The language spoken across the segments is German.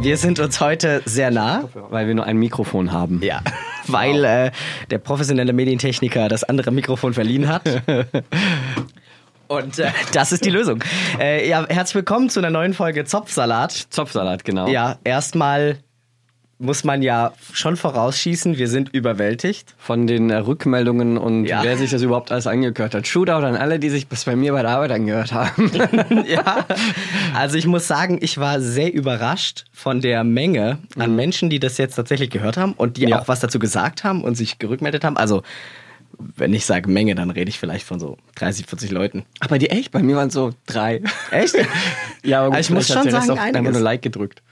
Wir sind uns heute sehr nah. Weil wir nur ein Mikrofon haben. Ja, weil äh, der professionelle Medientechniker das andere Mikrofon verliehen hat. Und äh, das ist die Lösung. Äh, ja, herzlich willkommen zu einer neuen Folge Zopfsalat. Zopfsalat, genau. Ja, erstmal muss man ja schon vorausschießen, wir sind überwältigt. Von den äh, Rückmeldungen und Ja. wer sich das überhaupt alles angehört hat. Shootout an alle, die sich bis bei mir bei der Arbeit angehört haben. ja. Also ich muss sagen, ich war sehr überrascht von der Menge an Menschen, die das jetzt tatsächlich gehört haben und die Mhm. Ja. auch was dazu gesagt haben und sich gerückmeldet haben. Also wenn ich sage Menge, dann rede ich vielleicht von so 30, 40 Leuten. aber die echt, bei mir waren es so drei. Echt? Ja, aber gut, Also ich muss vielleicht hat schon der Rest sagen, auch einfach einiges. nur Like gedrückt.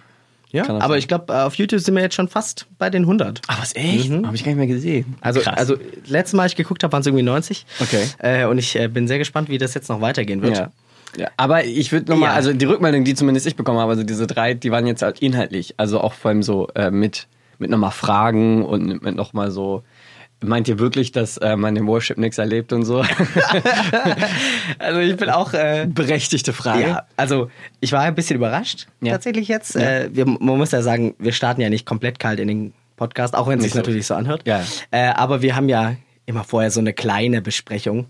Ja, Kann das aber sein. ich glaube, auf YouTube sind wir jetzt schon fast bei den 100. Ah, was echt? Mhm. Habe ich gar nicht mehr gesehen. Also, also letztes Mal, als ich geguckt habe, waren es irgendwie 90. Okay. Äh, und ich äh, bin sehr gespannt, wie das jetzt noch weitergehen wird. Ja. Ja, aber ich würde nochmal, Ja. also die Rückmeldung, die zumindest ich bekommen habe, also diese drei, die waren jetzt halt inhaltlich, also auch vor allem so äh, mit, mit nochmal Fragen und mit nochmal so, meint ihr wirklich, dass äh, man im Worship nichts erlebt und so? Also ich bin auch äh, Berechtigte Frage. Ja, also ich war ein bisschen überrascht Ja. tatsächlich jetzt. Äh, wir, man muss ja sagen, wir starten ja nicht komplett kalt in den Podcast, auch wenn es sich Nicht so. natürlich so anhört. Ja. Äh, aber wir haben ja immer vorher so eine kleine Besprechung.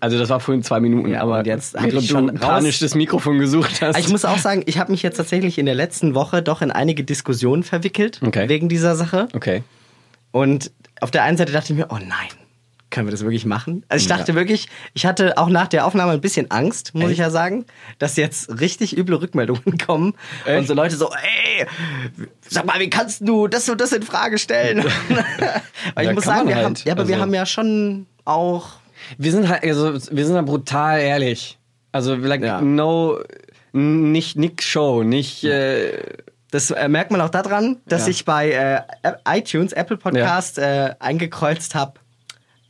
Also das war vorhin zwei Minuten, Ja, aber und jetzt während hab ich schon du raus- panisch das Mikrofon gesucht hast. Aber Ah, ich muss auch sagen, ich habe mich jetzt tatsächlich in der letzten Woche doch in einige Diskussionen verwickelt Okay. wegen dieser Sache. okay. Und auf der einen Seite dachte ich mir, oh nein, können wir das wirklich machen? Also ich Ja. dachte wirklich, ich hatte auch nach der Aufnahme ein bisschen Angst, muss Echt? ich ja sagen, dass jetzt richtig üble Rückmeldungen kommen und Echt? so Leute so, ey, sag mal, wie kannst du das und das in Frage stellen? aber ich Ja, muss kann sagen, man wir haben, halt. ja, aber wir Also- haben ja schon auch Wir sind halt, also wir sind halt brutal ehrlich. Also like Ja. no, n- nicht nix Show, nicht äh, Das äh, merkt man auch daran, dass Ja. ich bei äh, App- iTunes, Apple Podcast äh, eingekreuzt habe.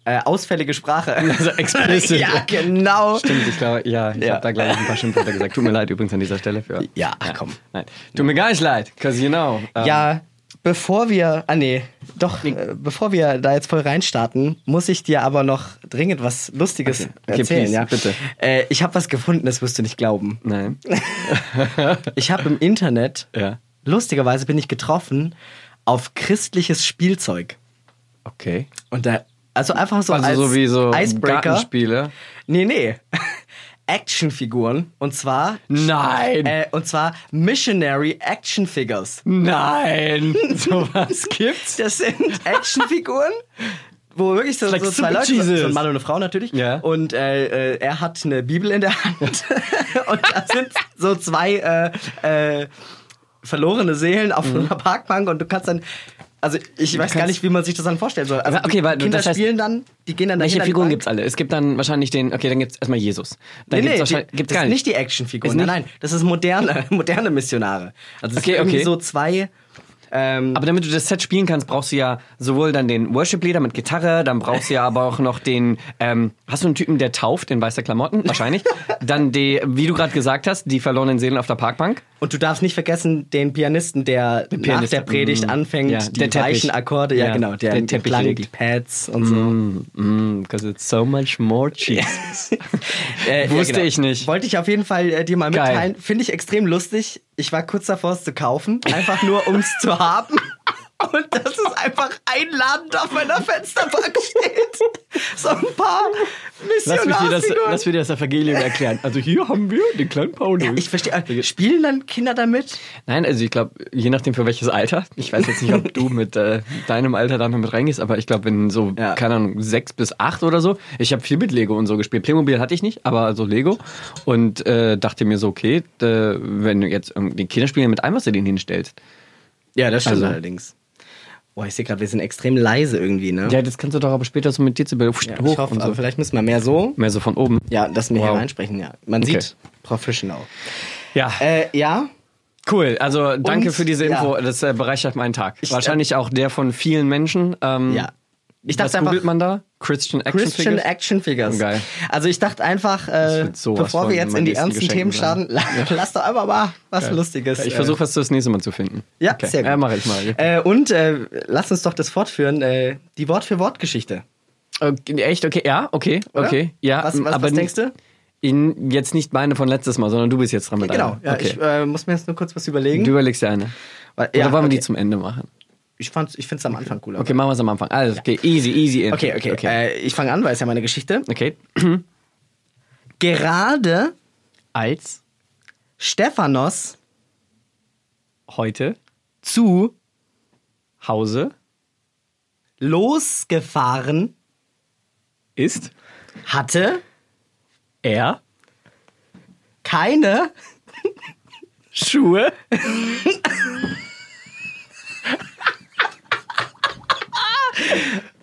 Äh, ausfällige Sprache. Also explicit. ja, genau. Stimmt, ich glaube, ja, ich Ja. habe da glaube ich ein paar Schimpfwörter gesagt. Tut mir leid übrigens an dieser Stelle für. Ja, ach komm. Nein. Tut mir gar nicht leid, cause you know. ähm, Ja, bevor wir, ah nee, doch, äh, bevor wir da jetzt voll reinstarten, muss ich dir aber noch dringend was Lustiges Okay. Okay, erzählen. please, ja. bitte. Äh, ich habe was gefunden, das wirst du nicht glauben. Nein. Ich habe im Internet, Ja. lustigerweise bin ich getroffen auf christliches Spielzeug. Okay. Und da, also einfach so Also als so wie so Icebreaker. Gartenspiele. Nee, nee. Actionfiguren. Und zwar. Nein. Äh, und zwar Missionary Action Figures. Nein. Sowas gibt's. Das sind Actionfiguren. Wo wirklich so, Like so zwei Super Leute, Jesus. so ein Mann und eine Frau natürlich. Ja. Und äh, äh, er hat eine Bibel in der Hand. und da sind so zwei äh, äh, verlorene Seelen auf einer Parkbank und du kannst dann. Also ich weiß gar Mhm. kannst- nicht, wie man sich das dann vorstellen soll. Also Aber okay, weil du- Kinder das heißt- spielen dann, die gehen dann Welche dahin an die Figuren Bank. gibt's alle? Es gibt dann wahrscheinlich den, okay, dann gibt's erstmal Jesus. Nee, Dann gibt's nee, wahrscheinlich, die, gibt's das gar ist nicht. nicht die Actionfigur. Ist Nein, nicht- nein, das ist moderne, moderne Missionare. Also es Okay, sind irgendwie okay. so zwei. Ähm, Aber damit du das Set spielen kannst, brauchst du ja sowohl dann den Worship-Leader mit Gitarre, dann brauchst du ja aber auch noch den, ähm, hast du einen Typen, der tauft in weißer Klamotten? Wahrscheinlich. dann die, wie du gerade gesagt hast, die verlorenen Seelen auf der Parkbank. und du darfst nicht vergessen, den Pianisten, der nach Pianist, der Predigt mm. anfängt, Ja, der die Teppich. weichen Akkorde, ja, Ja, genau, der, der Mm. mit dem Teppich Klang, legt. die Pads und so. Because it's so much more cheese. Äh, Wusste ich nicht. Wollte ich auf jeden Fall äh, dir mal Geil. mitteilen. Finde ich extrem lustig. Ich war kurz davor, es zu kaufen, einfach nur um es zu haben. Und dass es einfach einladend auf meiner Fensterbank steht. So ein paar lass, mich dir das, Missionarfiguren. lass mir dir das Evangelium erklären. Also hier haben wir den kleinen Paulus. Ich verstehe. äh, Spielen dann Kinder damit? Nein, also ich glaube, je nachdem für welches Alter. Ich weiß jetzt nicht, ob du mit äh, deinem Alter da noch mit reingehst, aber ich glaube, wenn so, Ja. keine Ahnung, sechs bis acht oder so. Ich habe viel mit Lego und so gespielt. Playmobil hatte ich nicht, aber so Lego. Und äh, dachte mir so, okay, äh, wenn du jetzt ähm, den Kinderspielen mit einem, was du denen hinstellst. Ja, das stimmt allerdings. Also. Boah, ich sehe gerade, wir sind extrem leise irgendwie, ne? Ja, das kannst du doch aber später so mit Dezibel Ja, hoch ich hoffe, und aber so. vielleicht müssen wir mehr so. Mehr so von oben. Ja, dass wir Wow. hier reinsprechen, ja. Man Okay. sieht professional. Ja, Äh, ja, cool. Also danke und- für diese ja. Info. Das äh, bereichert meinen Tag. Ich- Wahrscheinlich auch der von vielen Menschen. Ähm, ja. Ich Was dachte einfach, googelt man da? Christian Action Christian Figures? Action Figures. Geil. Also ich dachte einfach, äh, wird sowas bevor von wir jetzt in meinen die nächsten ernsten Themen Geschenken starten, lass doch einfach mal was Lustiges. Ich äh, versuche was das nächste Mal zu finden. Ja, Okay. sehr gut. Ja, mache ich mal. Äh, und äh, lass uns doch das fortführen, äh, die Wort-für-Wort-Geschichte. Okay, Äh, echt? Okay, ja, okay, oder? okay. Ja, was, was, aber was n- denkst du? n- jetzt nicht meine von letztes Mal, sondern du bist jetzt dran mit Genau, einer. ja, okay. ich äh, muss mir jetzt nur kurz was überlegen. du überlegst dir eine. Weil- Oder ja, wollen wir die okay. zum Ende machen? Ich, fand's- ich finde es am Anfang cooler. Okay, machen wir es am Anfang. Alles, okay, easy, easy. in. okay, äh, okay. Okay. Äh, ich fange an, weil es ja meine Geschichte. okay. Gerade Als Stephanos heute zu Hause losgefahren ist hatte er keine Schuhe.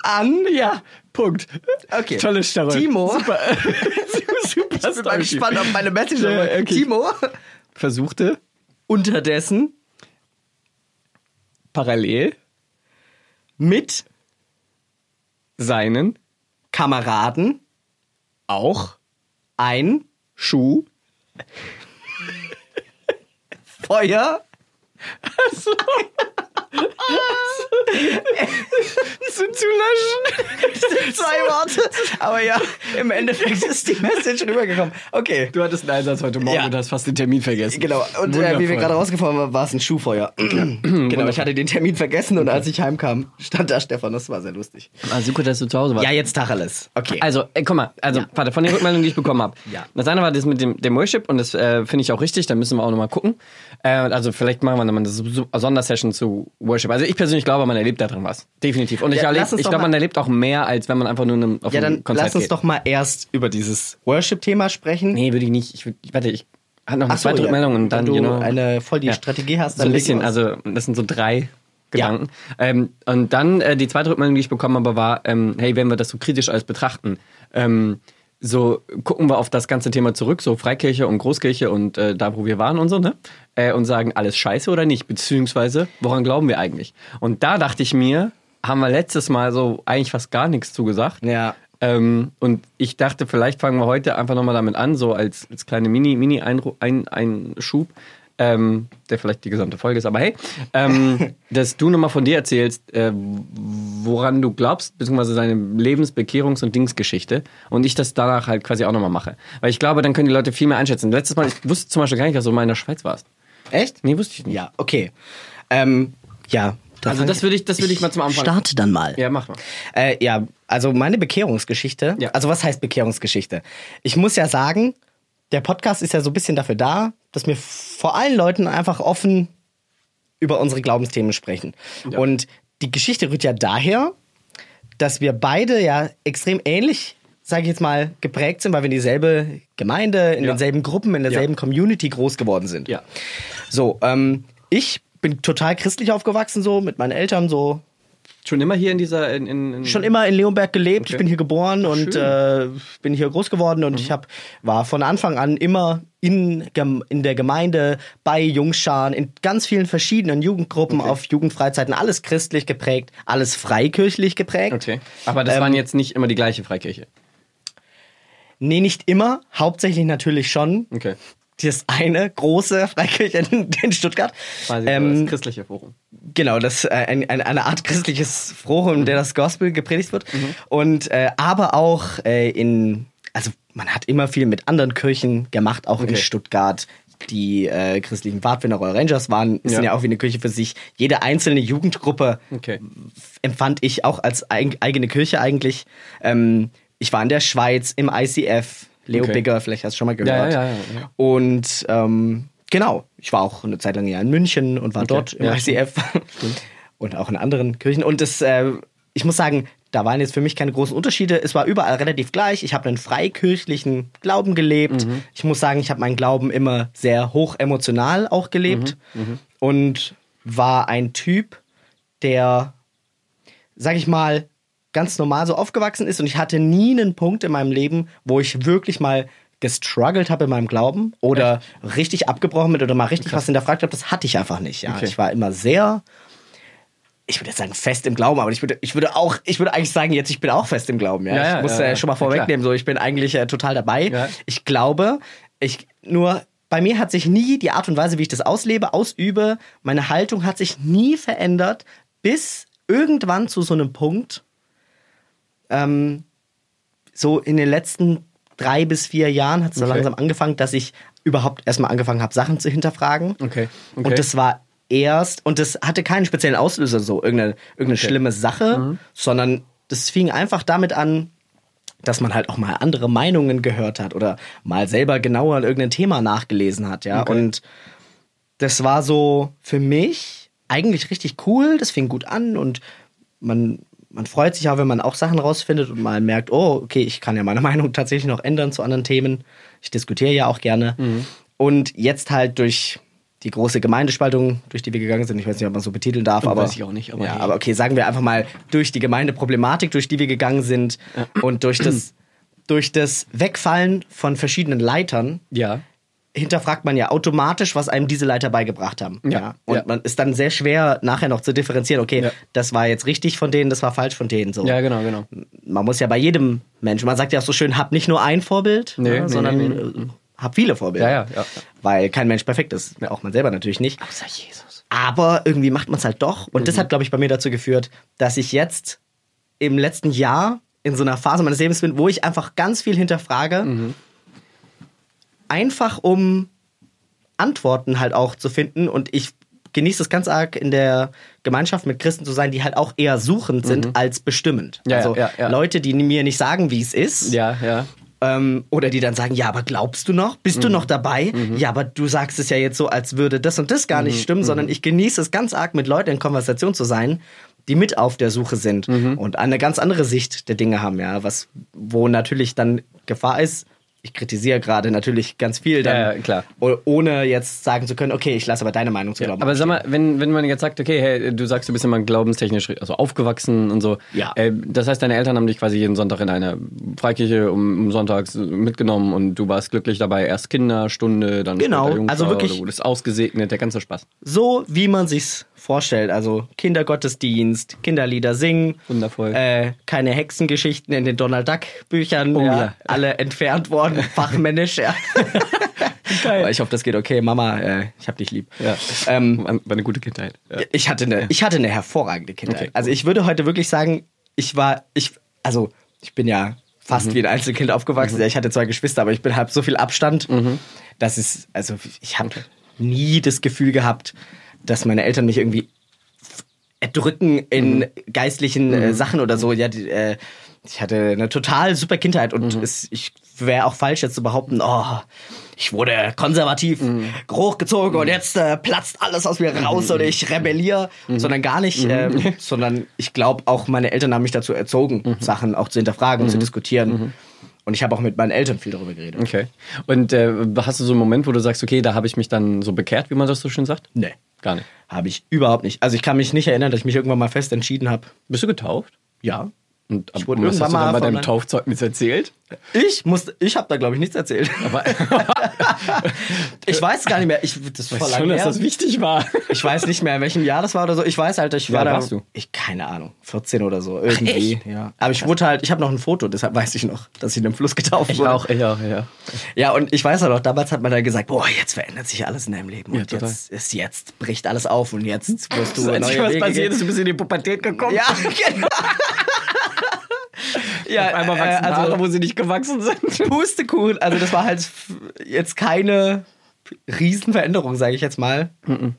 an. Ja, Punkt. Okay. Tolle Starre. Timo. Super. Super Ich bin mal gespannt auf meine Message. Ja, okay. Timo Versuchte unterdessen parallel mit seinen Kameraden auch ein Schuh Feuer zu, zu löschen. Zwei Worte. Aber ja, im Endeffekt ist die Message rübergekommen. Okay. Du hattest einen Einsatz heute Morgen Ja. und hast fast den Termin vergessen. Genau, und äh, wie wir Wundervoll. gerade rausgefahren waren, war es ein Schuhfeuer. genau, ich hatte den Termin vergessen und als ich heimkam, stand da Stefan. Das war sehr lustig. Also gut, dass du zu Hause warst. Ja, jetzt Tacheles. Okay. Also, äh, guck mal, also, warte, von den Rückmeldungen, die ich bekommen habe. Ja. Das eine war das mit dem, dem Worship und das äh, finde ich auch richtig, da müssen wir auch nochmal gucken. Äh, also, vielleicht machen wir nochmal eine so- so- Sondersession zu Worship. Also, ich persönlich glaube, man erlebt da drin was. Definitiv. Und ich, Ja, erleb, lass uns ich doch glaube, mal- man erlebt auch mehr, als wenn man einfach nur einem, auf ja, einem dann Konzert lass uns geht. doch mal erst über dieses Worship-Thema sprechen. Nee, würde ich nicht. Ich, würd, ich warte, ich hatte noch eine so, zweite ja. Rückmeldung und dann, Wenn du you know, eine voll die Ja. Strategie hast, so dann ein leg bisschen, los. also das sind so drei Ja. Gedanken. Ähm, und dann äh, die zweite Rückmeldung, die ich bekommen habe, war, ähm, hey, wenn wir das so kritisch alles betrachten, ähm, so gucken wir auf das ganze Thema zurück, so Freikirche und Großkirche und äh, da, wo wir waren und so, ne? Äh, und sagen, alles scheiße oder nicht, beziehungsweise, woran glauben wir eigentlich? Und da dachte ich mir, haben wir letztes Mal so eigentlich fast gar nichts zugesagt. Ja. Ähm, und ich dachte, vielleicht fangen wir heute einfach nochmal damit an, so als, als kleine Mini-Mini-Einschub, ein, Einschub, ähm, der vielleicht die gesamte Folge ist. Aber hey, ähm, dass du nochmal von dir erzählst, äh, woran du glaubst, beziehungsweise deine Lebensbekehrungs- und Dingsgeschichte. Und ich das danach halt quasi auch nochmal mache. Weil ich glaube, dann können die Leute viel mehr einschätzen. Letztes Mal, ich wusste zum Beispiel gar nicht, dass du mal in der Schweiz warst. Echt? Nee, wusste ich nicht. Ja, okay. Ähm, ja. da Hm. Also fang das ich- würde ich- das würde ich mal zum Anfang- Starte dann mal. Ja, mach mal. Äh, ja, also meine Bekehrungsgeschichte. Ja. Also was heißt Bekehrungsgeschichte? Ich muss ja sagen, der Podcast ist ja so ein bisschen dafür da, dass wir vor allen Leuten einfach offen über unsere Glaubensthemen sprechen. Ja. Und die Geschichte rührt ja daher, dass wir beide ja extrem ähnlich, sage ich jetzt mal, geprägt sind, weil wir in dieselbe Gemeinde, in Ja. denselben Gruppen, in derselben Community groß geworden sind. Ja. So, ähm, ich bin total christlich aufgewachsen, so mit meinen Eltern, so Schon immer hier in dieser... In, in, in schon immer in Leonberg gelebt. Ich Okay. Mhm. bin hier geboren und äh, bin hier groß geworden und ich hab, war von Anfang an immer in, Gem- in der Gemeinde, bei Jungscharen, in ganz vielen verschiedenen Jugendgruppen, auf Jugendfreizeiten, alles christlich geprägt, alles freikirchlich geprägt. Ähm, Okay. Aber das waren jetzt nicht immer die gleiche Freikirche. Nee, nicht immer, hauptsächlich natürlich schon. Okay. Das eine große Freikirche in, in Stuttgart. Quasi so Ähm, das christliche Forum. Genau, das äh, ein, ein, eine Art christliches Forum, Mhm. in der das Gospel gepredigt wird. Und äh, aber auch äh, in, also man hat immer viel mit anderen Kirchen gemacht, auch in Okay. Stuttgart. Die äh, christlichen Pfadfinder Royal Rangers waren, sind ja. Ja. auch wie eine Kirche für sich. Jede einzelne Jugendgruppe Okay. empfand ich auch als eig eigene Kirche eigentlich. Ähm, ich war in der Schweiz, im ICF, Leo Okay. Bigger, vielleicht hast du schon mal ja, gehört. ja, ja, ja. Und ähm, genau, ich war auch eine Zeit lang ja in München und war dort im ja, ICF und auch in anderen Kirchen. Und das, äh, ich muss sagen, da waren jetzt für mich keine großen Unterschiede. Es war überall relativ gleich. Ich habe einen freikirchlichen Glauben gelebt. Ich muss sagen, ich habe meinen Glauben immer sehr hoch emotional auch gelebt und war ein Typ, der, sag ich mal, ganz normal so aufgewachsen ist und ich hatte nie einen Punkt in meinem Leben, wo ich wirklich mal gestruggelt habe in meinem Glauben oder richtig abgebrochen bin oder mal richtig was hinterfragt habe. Das hatte ich einfach nicht. Ja. Okay. Ich war immer sehr, ich würde jetzt sagen, fest im Glauben, aber ich würde, ich würde auch, ich würde eigentlich sagen, jetzt ich bin auch fest im Glauben. Ja. Ja, ja, ich muss ja, ja, ja. schon mal Ja, klar. vorwegnehmen, so ich bin eigentlich äh, total dabei. Ja. Ich glaube, ich nur bei mir hat sich nie die Art und Weise, wie ich das auslebe, ausübe, meine Haltung hat sich nie verändert, bis irgendwann zu so einem Punkt, ähm, so in den letzten drei bis vier Jahren hat es so Okay. langsam angefangen, dass ich überhaupt erstmal angefangen habe, Sachen zu hinterfragen. Okay, okay. Und das war erst, und das hatte keinen speziellen Auslöser, so irgendeine, irgendeine schlimme Sache, Mhm. sondern das fing einfach damit an, dass man halt auch mal andere Meinungen gehört hat oder mal selber genauer an irgendein Thema nachgelesen hat, ja. Und das war so für mich eigentlich richtig cool. Das fing gut an und man, man freut sich auch, wenn man auch Sachen rausfindet und mal merkt, oh, okay, ich kann ja meine Meinung tatsächlich noch ändern zu anderen Themen. Ich diskutiere ja auch gerne. Mhm. Und jetzt halt durch die große Gemeindespaltung, durch die wir gegangen sind, ich weiß nicht, ob man so betiteln darf, aber Hm, Weiß ich auch nicht, aber ja, hey. aber okay, sagen wir einfach mal durch die Gemeindeproblematik, durch die wir gegangen sind und durch das durch das Wegfallen von verschiedenen Leitern Ja. hinterfragt man ja automatisch, was einem diese Leiter beigebracht haben. Ja. Ja. Und Ja. man ist dann sehr schwer, nachher noch zu differenzieren, okay, Ja. das war jetzt richtig von denen, das war falsch von denen. So. Ja, genau, genau. Man muss ja bei jedem Menschen, man sagt ja auch so schön, hab nicht nur ein Vorbild, Nee, ne, nee, sondern nee, äh, hab viele Vorbilder. Ja, ja, ja. Weil kein Mensch perfekt ist. Auch man selber natürlich nicht. Außer Jesus. Aber irgendwie macht man es halt doch. Und Mhm. das hat, glaube ich, bei mir dazu geführt, dass ich jetzt im letzten Jahr in so einer Phase meines Lebens bin, wo ich einfach ganz viel hinterfrage. Mhm. Einfach um Antworten halt auch zu finden. Und ich genieße es ganz arg, in der Gemeinschaft mit Christen zu sein, die halt auch eher suchend sind als bestimmend. Mhm. Ja, also ja, ja. Leute, die mir nicht sagen, wie es ist. Ja, ja. Ähm, oder die dann sagen, ja, aber glaubst du noch? Bist du Mhm. noch dabei? Ja, aber du sagst es ja jetzt so, als würde das und das gar nicht Mhm. stimmen, sondern ich genieße es ganz arg, mit Leuten in Konversation zu sein, die mit auf der Suche sind Mhm. und eine ganz andere Sicht der Dinge haben, ja, was, wo natürlich dann Gefahr ist. Ich kritisiere gerade natürlich ganz viel, dann, Ja, ja, klar. oh- ohne jetzt sagen zu können, okay, ich lasse aber deine Meinung zu glauben. Aber sag mal, wenn, wenn man jetzt sagt, okay, hey, du sagst, du bist immer glaubenstechnisch also aufgewachsen und so. Ja. Äh, das heißt, deine Eltern haben dich quasi jeden Sonntag in eine Freikirche um, um sonntags mitgenommen und du warst glücklich dabei. Erst Kinderstunde, dann Genau, später Jungfrau, also wirklich- Du wurdest ausgesegnet, der ganze Spaß. so wie man sich's vorstellt. Also Kindergottesdienst, Kinderlieder singen, Wundervoll. äh, keine Hexengeschichten in den Donald Duck Büchern, ja, Oh ja. alle entfernt worden, fachmännisch. Ja. Geil. Aber ich hoffe, das geht okay, Mama. Äh, ich hab dich lieb. Ja. Ähm, War eine gute Kindheit. Ja. ich hatte eine, ich hatte eine hervorragende Kindheit. Okay, cool. Also ich würde heute wirklich sagen, ich war, ich, also ich bin ja fast Mhm. wie ein Einzelkind aufgewachsen. Ja, ich hatte zwei Geschwister, aber ich bin hab so viel Abstand, Mhm. dass es, also ich habe nie das Gefühl gehabt, dass meine Eltern mich irgendwie erdrücken in Mhm. geistlichen äh, Sachen oder so. Ja, die, äh, ich hatte eine total super Kindheit Mhm. und es, ich wäre auch falsch jetzt zu behaupten, oh, ich wurde konservativ Mhm. hochgezogen und jetzt äh, platzt alles aus mir raus oder ich rebelliere, Mhm. sondern gar nicht, ähm, sondern ich glaube auch meine Eltern haben mich dazu erzogen, Mhm. Sachen auch zu hinterfragen und zu diskutieren. Und ich habe auch mit meinen Eltern viel darüber geredet. Okay. Und äh, hast du so einen Moment, wo du sagst, okay, da habe ich mich dann so bekehrt, wie man das so schön sagt? Nee, Gar nicht. habe ich überhaupt nicht. Also ich kann mich nicht erinnern, dass ich mich irgendwann mal fest entschieden habe. Bist du getauft? Ja, Und ab- wurde was irgendwann hast du mal dann bei von deinem einer- Taufzeugnis erzählt? Ich musste, ich habe da glaube ich nichts erzählt. Aber Ich weiß gar nicht mehr. Ich, das ist voll weißt lang schon, dass her. das wichtig war. Ich weiß nicht mehr, in welchem Jahr das war oder so. Ich weiß halt, ich Wie war alt da. warst du? Ich keine Ahnung, 14 oder so irgendwie. echt? Ja. Aber ich wurde halt, ich habe noch ein Foto, deshalb weiß ich noch, dass ich in dem Fluss getauft Ich wurde. auch, ich auch, ja. Ja, und ich weiß halt auch noch, damals hat man dann gesagt, boah, jetzt verändert sich alles in deinem Leben Ja, und total. jetzt ist jetzt bricht alles auf und jetzt wirst du Das Einzige, neue was Wege passiert gehen. ist, du bist in die Pubertät gekommen. Ja, genau. ja, Auf einmal äh, wachsen also- Haare, wo sie nicht gewachsen sind. Pustekuchen. Also das war halt f- jetzt keine Riesenveränderung, sage ich jetzt mal. Ne?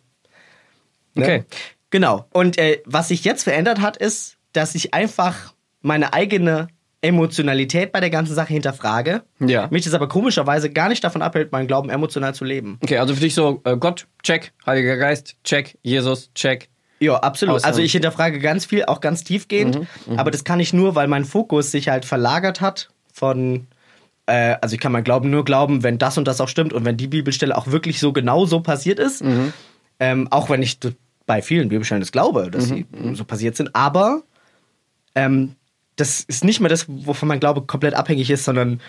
Okay. Genau. Und äh, was sich jetzt verändert hat, ist, dass ich einfach meine eigene Emotionalität bei der ganzen Sache hinterfrage. Ja. Mich das aber komischerweise gar nicht davon abhält, meinen Glauben emotional zu leben. Okay, also für dich so äh, Gott, check, Heiliger Geist, check, Jesus, check. Ja, absolut. Außer- Mhm, Also ich hinterfrage ganz viel, auch ganz tiefgehend. aber das kann ich nur, weil mein Fokus sich halt verlagert hat von. Äh, also ich kann mein Glauben nur glauben, wenn das und das auch stimmt und wenn die Bibelstelle auch wirklich so genau so passiert ist. Mhm. Ähm, auch wenn ich d- bei vielen Bibelstellen das glaube, dass sie Mhm, so passiert sind. Aber ähm, das ist nicht mehr das, wovon mein Glaube komplett abhängig ist, sondern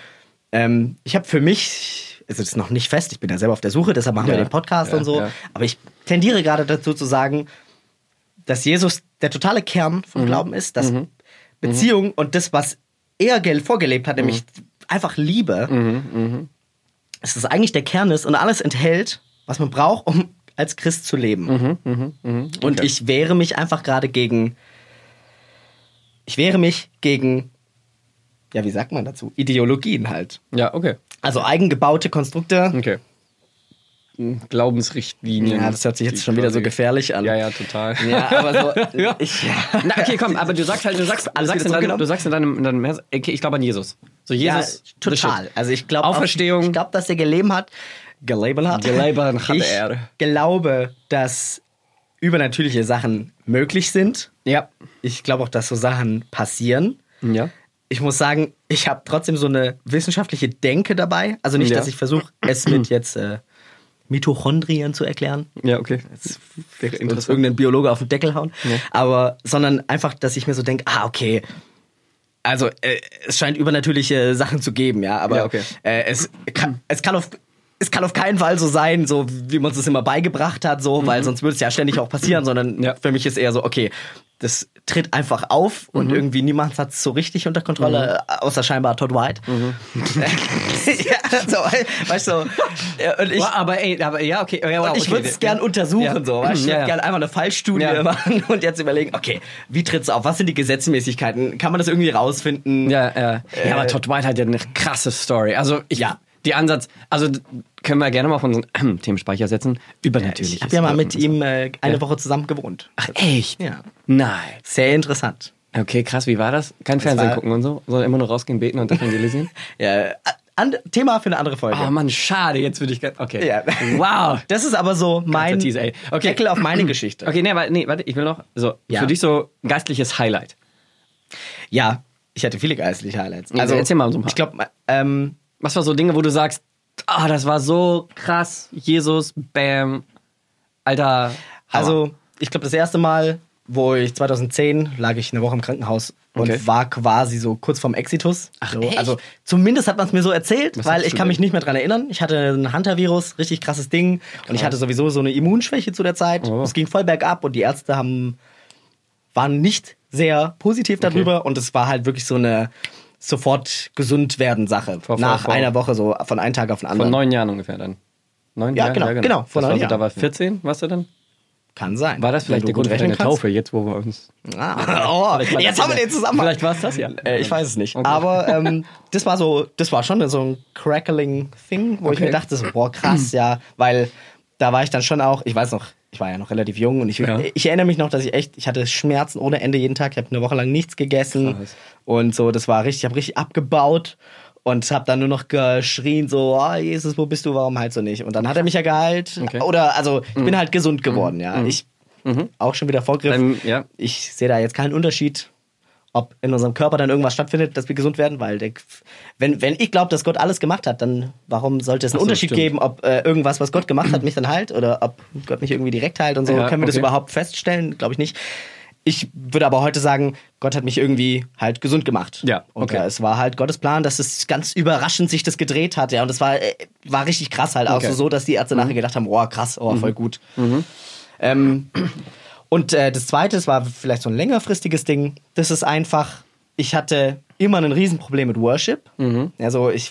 ähm, ich habe für mich, also das ist noch nicht fest, ich bin ja selber auf der Suche, deshalb machen wir Ja. den Podcast Ja, und so, ja. aber ich tendiere gerade dazu zu sagen, dass Jesus der totale Kern vom Mhm. Glauben ist, dass Beziehung und das, was er gel- vorgelebt hat, nämlich Mhm. einfach Liebe, dass das eigentlich der Kern ist und alles enthält, was man braucht, um als Christ zu leben. Mhm, Und ich wehre mich einfach gerade gegen, ich wehre mich gegen ja, wie sagt man dazu? Ideologien halt. Ja, okay. Also eigengebaute Konstrukte. Okay. Hm, Glaubensrichtlinien. Ja, das hört sich jetzt schon wieder so gefährlich an. Ja, ja, total. Ja, aber so. äh, Ja. Ich, ja. Na, okay, komm, aber du sagst halt, du sagst, du Alles sagst, wieder in, deinem, zurückgenommen? du sagst in deinem, in deinem Vers- okay, ich glaube an Jesus. So ja, Jesus. the total. shit. Also ich glaube Auferstehung. Ich glaube, dass er geleben hat. Geleben hat. Geleben hat ich er. glaube, dass übernatürliche Sachen möglich sind. Ja. Ich glaube auch, dass so Sachen passieren. Ja. ich muss sagen, ich habe trotzdem so eine wissenschaftliche Denke dabei. Also nicht, Ja. dass ich versuche, es mit jetzt äh, Mitochondrien zu erklären. Ja, okay. Das wäre uns interessant. irgendein Biologe auf den Deckel hauen. Aber, sondern einfach, dass ich mir so denke, ah, okay. Also äh, es scheint übernatürliche Sachen zu geben, ja. Aber Ja, okay. äh, es, kann, es kann auf... Es kann auf keinen Fall so sein, so wie man uns das immer beigebracht hat, so, weil sonst würde es ja ständig auch passieren, sondern Mhm. Ja. für mich ist eher so, okay, das tritt einfach auf und Mhm. irgendwie niemand hat es so richtig unter Kontrolle, äh, außer scheinbar Todd White. Mhm. ja, so, weißt du, ja, und ich, Boah, Oh, aber ey, aber ja, okay. Ja, wow, und ich Ah, okay. würde es gern untersuchen, Ja. so. Weißt? Ich Ja, würde ja. gern einfach eine Fallstudie Ja. machen und jetzt überlegen, okay, wie tritt's auf? Was sind die Gesetzmäßigkeiten? Kann man das irgendwie rausfinden? Ja, ja. Äh, ja, aber Todd White hat ja eine krasse Story. Also ich, Ja. die Ansatz, also d- können wir gerne mal auf unseren äh, Themenspeicher setzen. Übernatürlich. Ich habe ja mal mit ihm äh, eine Woche zusammen gewohnt. Ach, echt? Ja. Nein. Sehr interessant. Okay, krass, wie war das? Kein Fernsehen war- gucken und so, sondern immer nur rausgehen, beten und evangelisieren? Ja, äh, an, Thema für eine andere Folge. Oh Mann, schade, jetzt würde ich gerne. Okay. Ja. Wow. Das ist aber so mein Tease, ey. Okay. Deckel auf meine Geschichte. Okay, nee, warte, nee, warte, ich will noch. So, Ja. für dich so geistliches Highlight. Ja, ich hatte viele geistliche Highlights. Also, erzähl mal so ein paar. Ich glaube, ähm, Was war so Dinge, wo du sagst, ah, das war so krass, Jesus, bam, alter. Hammer. Also, ich glaube, das erste Mal, wo ich 2010 lag ich eine Woche im Krankenhaus und Okay. war quasi so kurz vorm Exitus. Ach, so, echt? Also, zumindest hat man es mir so erzählt, Was weil hast ich du kann denn? mich nicht mehr dran erinnern. Ich hatte ein Hunter-Virus, richtig krasses Ding. Und ich hatte sowieso so eine Immunschwäche zu der Zeit. Oh. Es ging voll bergab und die Ärzte haben, waren nicht sehr positiv darüber. Und es war halt wirklich so eine sofort gesund werden Sache. Vor- vor- Nach vor- einer Woche so, von einem Tag auf den Vor anderen. neun Jahren ungefähr dann. Neun Ja, Jahren? genau, genau, vor Vor neun das war so, Jahren. da war 14, warst du dann? Kann sein. War das Wenn vielleicht du der gut Grund für rechnen deine kannst. Taufe, jetzt wo wir uns. Ah, oh, war jetzt das haben wir ja- den Zusammenhang. Vielleicht war es das ja. Äh, ich weiß es nicht. Okay. Aber ähm, das war so, das war schon so ein crackling Thing, wo ich Okay. mir dachte, so, boah, krass, ja, weil da war ich dann schon auch, ich weiß noch, ich war ja noch relativ jung und ich, Ja. ich erinnere mich noch, dass ich echt, ich hatte Schmerzen ohne Ende jeden Tag. Ich habe eine Woche lang nichts gegessen Krass. und so, das war richtig, ich habe richtig abgebaut und habe dann nur noch geschrien so, ah, Jesus, wo bist du, warum heilst du nicht? Und dann hat er mich ja geheilt Okay. Mhm. oder also ich bin halt gesund geworden, ja. Ich auch schon wieder Vorgriff. Dann, ja. Ich sehe da jetzt keinen Unterschied, ob in unserem Körper dann irgendwas stattfindet, dass wir gesund werden, weil der, wenn, wenn ich glaube, dass Gott alles gemacht hat, dann warum sollte es einen Ach so, Unterschied stimmt. geben, ob äh, irgendwas, was Gott gemacht hat, mich dann heilt oder ob Gott mich irgendwie direkt heilt und so? Ja, Können wir das okay. überhaupt feststellen? Glaube ich nicht. Ich würde aber heute sagen, Gott hat mich irgendwie halt gesund gemacht. Ja, Und okay. äh, es war halt Gottes Plan, dass es ganz überraschend sich das gedreht hat, ja. Und es war, äh, war richtig krass halt. Auch Okay. Mhm. so, so, dass die Ärzte nachher gedacht haben, oh krass, oh voll gut. Ähm, und äh, das zweite, das war vielleicht so ein längerfristiges Ding, das ist einfach, ich hatte immer ein Riesenproblem mit Worship. Mhm. Also ich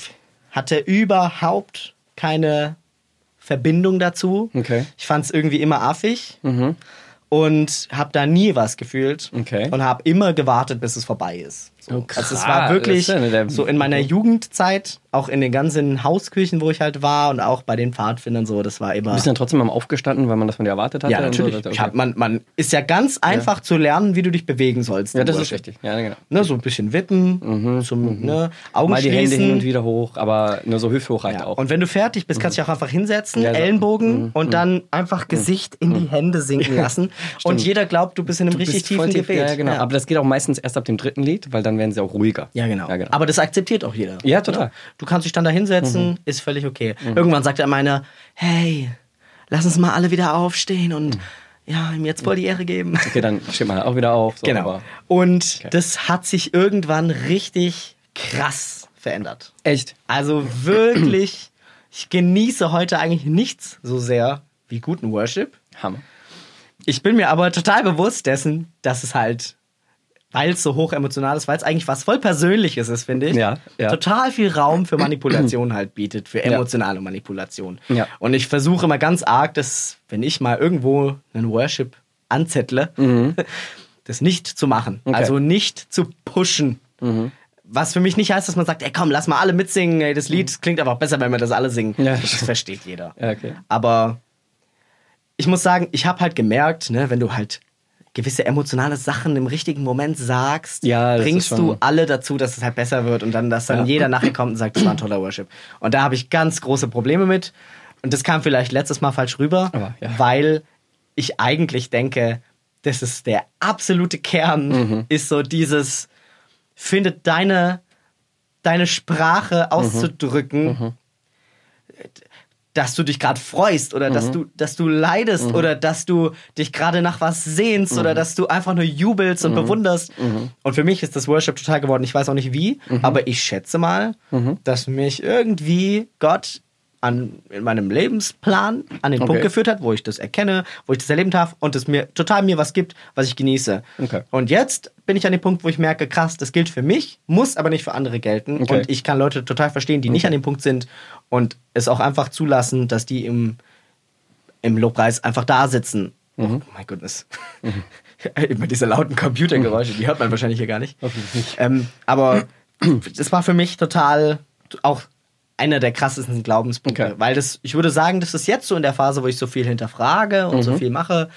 hatte überhaupt keine Verbindung dazu. Okay. Mhm. Ich fand es irgendwie immer affig und habe da nie was gefühlt Okay. und habe immer gewartet, bis es vorbei ist. So. Oh, also es krass. war wirklich Das ist ja der- so in meiner Jugendzeit, auch in den ganzen Hauskirchen, wo ich halt war und auch bei den Pfadfindern so, das war immer Bist du dann trotzdem am aufgestanden, weil man das von dir erwartet hatte? ja, und natürlich. So, Ich hab, man, man ist ja ganz einfach zu lernen, wie du dich bewegen sollst. ja, im das ist Worship. richtig. Ja, genau. Ne, so ein bisschen wippen, zum, ne, Augen Mal die schließen. Hände hin und wieder hoch, aber nur so hüfthoch halt Ja. auch. Mhm. Und wenn du fertig bist, kannst du dich auch einfach hinsetzen, Ja, so. Mhm, Ellenbogen und dann einfach Gesicht in die Hände sinken lassen. und jeder glaubt, du bist in einem richtig Bist voll tiefen tief- Gebet. Ja, genau. Aber das geht auch meistens erst ab dem dritten Lied, weil dann werden sie auch ruhiger. Ja, genau. Ja, genau. Aber das akzeptiert auch jeder. Ne? Ja, total. Mhm. Du kannst dich dann da hinsetzen, ist völlig okay. Irgendwann sagt er meiner, hey, lass uns mal alle wieder aufstehen Mhm. und ja, ihm jetzt voll die Ehre geben. okay, dann steht man auch wieder auf. So, Genau. aber- Und das hat sich irgendwann richtig krass verändert. Echt? Also wirklich, ich genieße heute eigentlich nichts so sehr wie guten Worship. Hammer. Ich bin mir aber total bewusst dessen, dass es halt, weil es so hoch emotional ist, weil es eigentlich was voll Persönliches ist, finde ich, Ja, ja. total viel Raum für Manipulation halt bietet, für emotionale Manipulation. Ja. Und ich versuche immer ganz arg, dass, wenn ich mal irgendwo einen Worship Mhm. Mhm. anzettle, das nicht zu machen. Also nicht zu pushen. Was für mich nicht heißt, dass man sagt, ey komm, lass mal alle mitsingen, ey, das Lied klingt einfach besser, wenn wir das alle singen. Ja. Das versteht jeder. Ja, okay. Aber ich muss sagen, ich habe halt gemerkt, ne, wenn du halt gewisse emotionale Sachen im richtigen Moment sagst, Ja, das ist bringst du schon- alle dazu, dass es halt besser wird und dann, dass dann Ja. jeder nachher kommt und sagt, das war ein toller Worship. Und da habe ich ganz große Probleme mit. Und das kam vielleicht letztes Mal falsch rüber, Aber, ja. weil ich eigentlich denke, das ist der absolute Kern, Mhm. ist so dieses, findet deine, deine Sprache auszudrücken, dass du dich gerade freust oder dass du dass du leidest oder dass du dich gerade nach was sehnst oder dass du einfach nur jubelst und bewunderst. Und für mich ist das Worship total geworden. Ich weiß auch nicht wie, aber ich schätze mal, dass mich irgendwie Gott an in meinem Lebensplan an den Punkt Okay. geführt hat, wo ich das erkenne, wo ich das erleben darf und es mir total mir was gibt, was ich genieße. Okay. Und jetzt bin ich an dem Punkt, wo ich merke, krass, das gilt für mich, muss aber nicht für andere gelten. Okay. Und ich kann Leute total verstehen, die nicht an dem Punkt sind und es auch einfach zulassen, dass die im, im Lobpreis einfach da sitzen. Mhm. Oh mein Goodness. Immer diese lauten Computergeräusche, die hört man wahrscheinlich hier gar nicht. Ähm, aber das war für mich total auch einer der krassesten Glaubenspunkte, Okay. weil das, ich würde sagen, das ist jetzt so in der Phase, wo ich so viel hinterfrage und Mhm. so viel mache,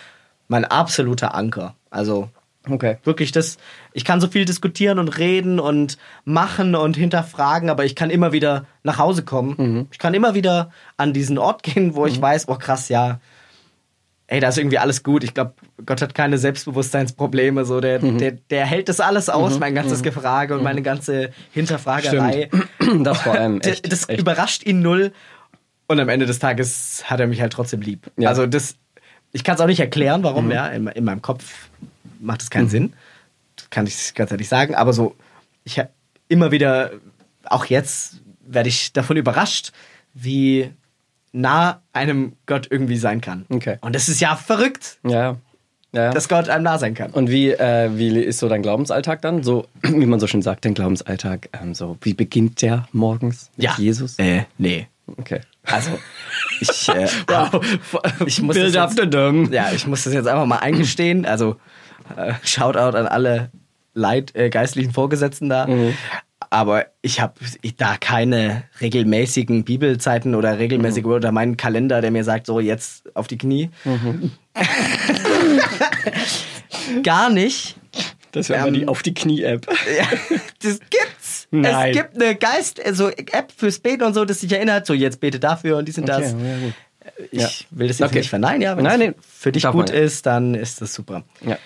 mein absoluter Anker. Also Okay. Wirklich, das, ich kann so viel diskutieren und reden und machen und hinterfragen, aber ich kann immer wieder nach Hause kommen. Ich kann immer wieder an diesen Ort gehen, wo ich weiß, oh krass, ja, ey, da ist irgendwie alles gut. Ich glaube, Gott hat keine Selbstbewusstseinsprobleme. So, der, der, der hält das alles aus, mein ganzes Gefrage und meine ganze Hinterfragerei. Das vor allem. D- Echt, das echt. überrascht ihn null. Und am Ende des Tages hat er mich halt trotzdem lieb. Ja. Mhm. Also das, ich kann es auch nicht erklären, warum, ja. In, in meinem Kopf macht es keinen Sinn. Das kann ich ganz ehrlich sagen. Aber so, ich hab immer wieder, auch jetzt, werde ich davon überrascht, wie nah einem Gott irgendwie sein kann. Okay. Und das ist ja verrückt, Ja. ja. dass Gott einem nah sein kann. Und wie, äh, wie ist so dein Glaubensalltag dann? So, wie man so schön sagt, dein Glaubensalltag. Ähm, so, wie beginnt der morgens mit Jesus? Äh, nee. Okay. Also, ich, äh, ich muss das Build up jetzt- the dome. ja, ich muss das jetzt einfach mal eingestehen. Also, äh, Shoutout an alle Leit, äh, geistlichen Vorgesetzten da. Mhm. Aber ich habe da keine regelmäßigen Bibelzeiten oder regelmäßige Mhm. oder meinen Kalender, der mir sagt, so jetzt auf die Knie. Mhm. Gar nicht. Das wäre Ähm, mal die Auf die Knie-App. Ja, das gibt's. Nein. Es gibt eine Geist, also App fürs Beten und so, das sich erinnert, so jetzt bete dafür und dies und das. ja, gut. Ich Ja. will das jetzt Okay. nicht verneinen, ja. Wenn Nein, es nee, für dich darf gut man ja. ist, dann ist das super. Ja.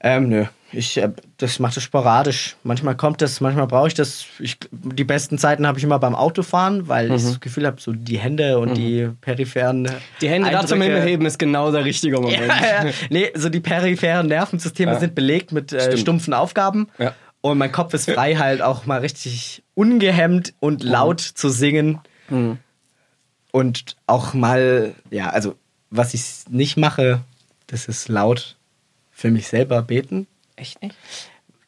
Ähm, nö. Ich, äh, das mache das sporadisch. Manchmal kommt das, manchmal brauche ich das. Ich, die besten Zeiten habe ich immer beim Autofahren, weil Mhm. ich das Gefühl habe, so die Hände und die peripheren. Die Hände da zum Eindrücke- Himmel heben ist genau der richtige Moment. ja, ja. Nee, so die peripheren Nervensysteme Ja. sind belegt mit äh, Stimmt. stumpfen Aufgaben. Ja. Und mein Kopf ist frei, halt auch mal richtig ungehemmt und Mhm. laut zu singen. Und auch mal, ja, also was ich nicht mache, das ist laut für mich selber beten. Echt nicht?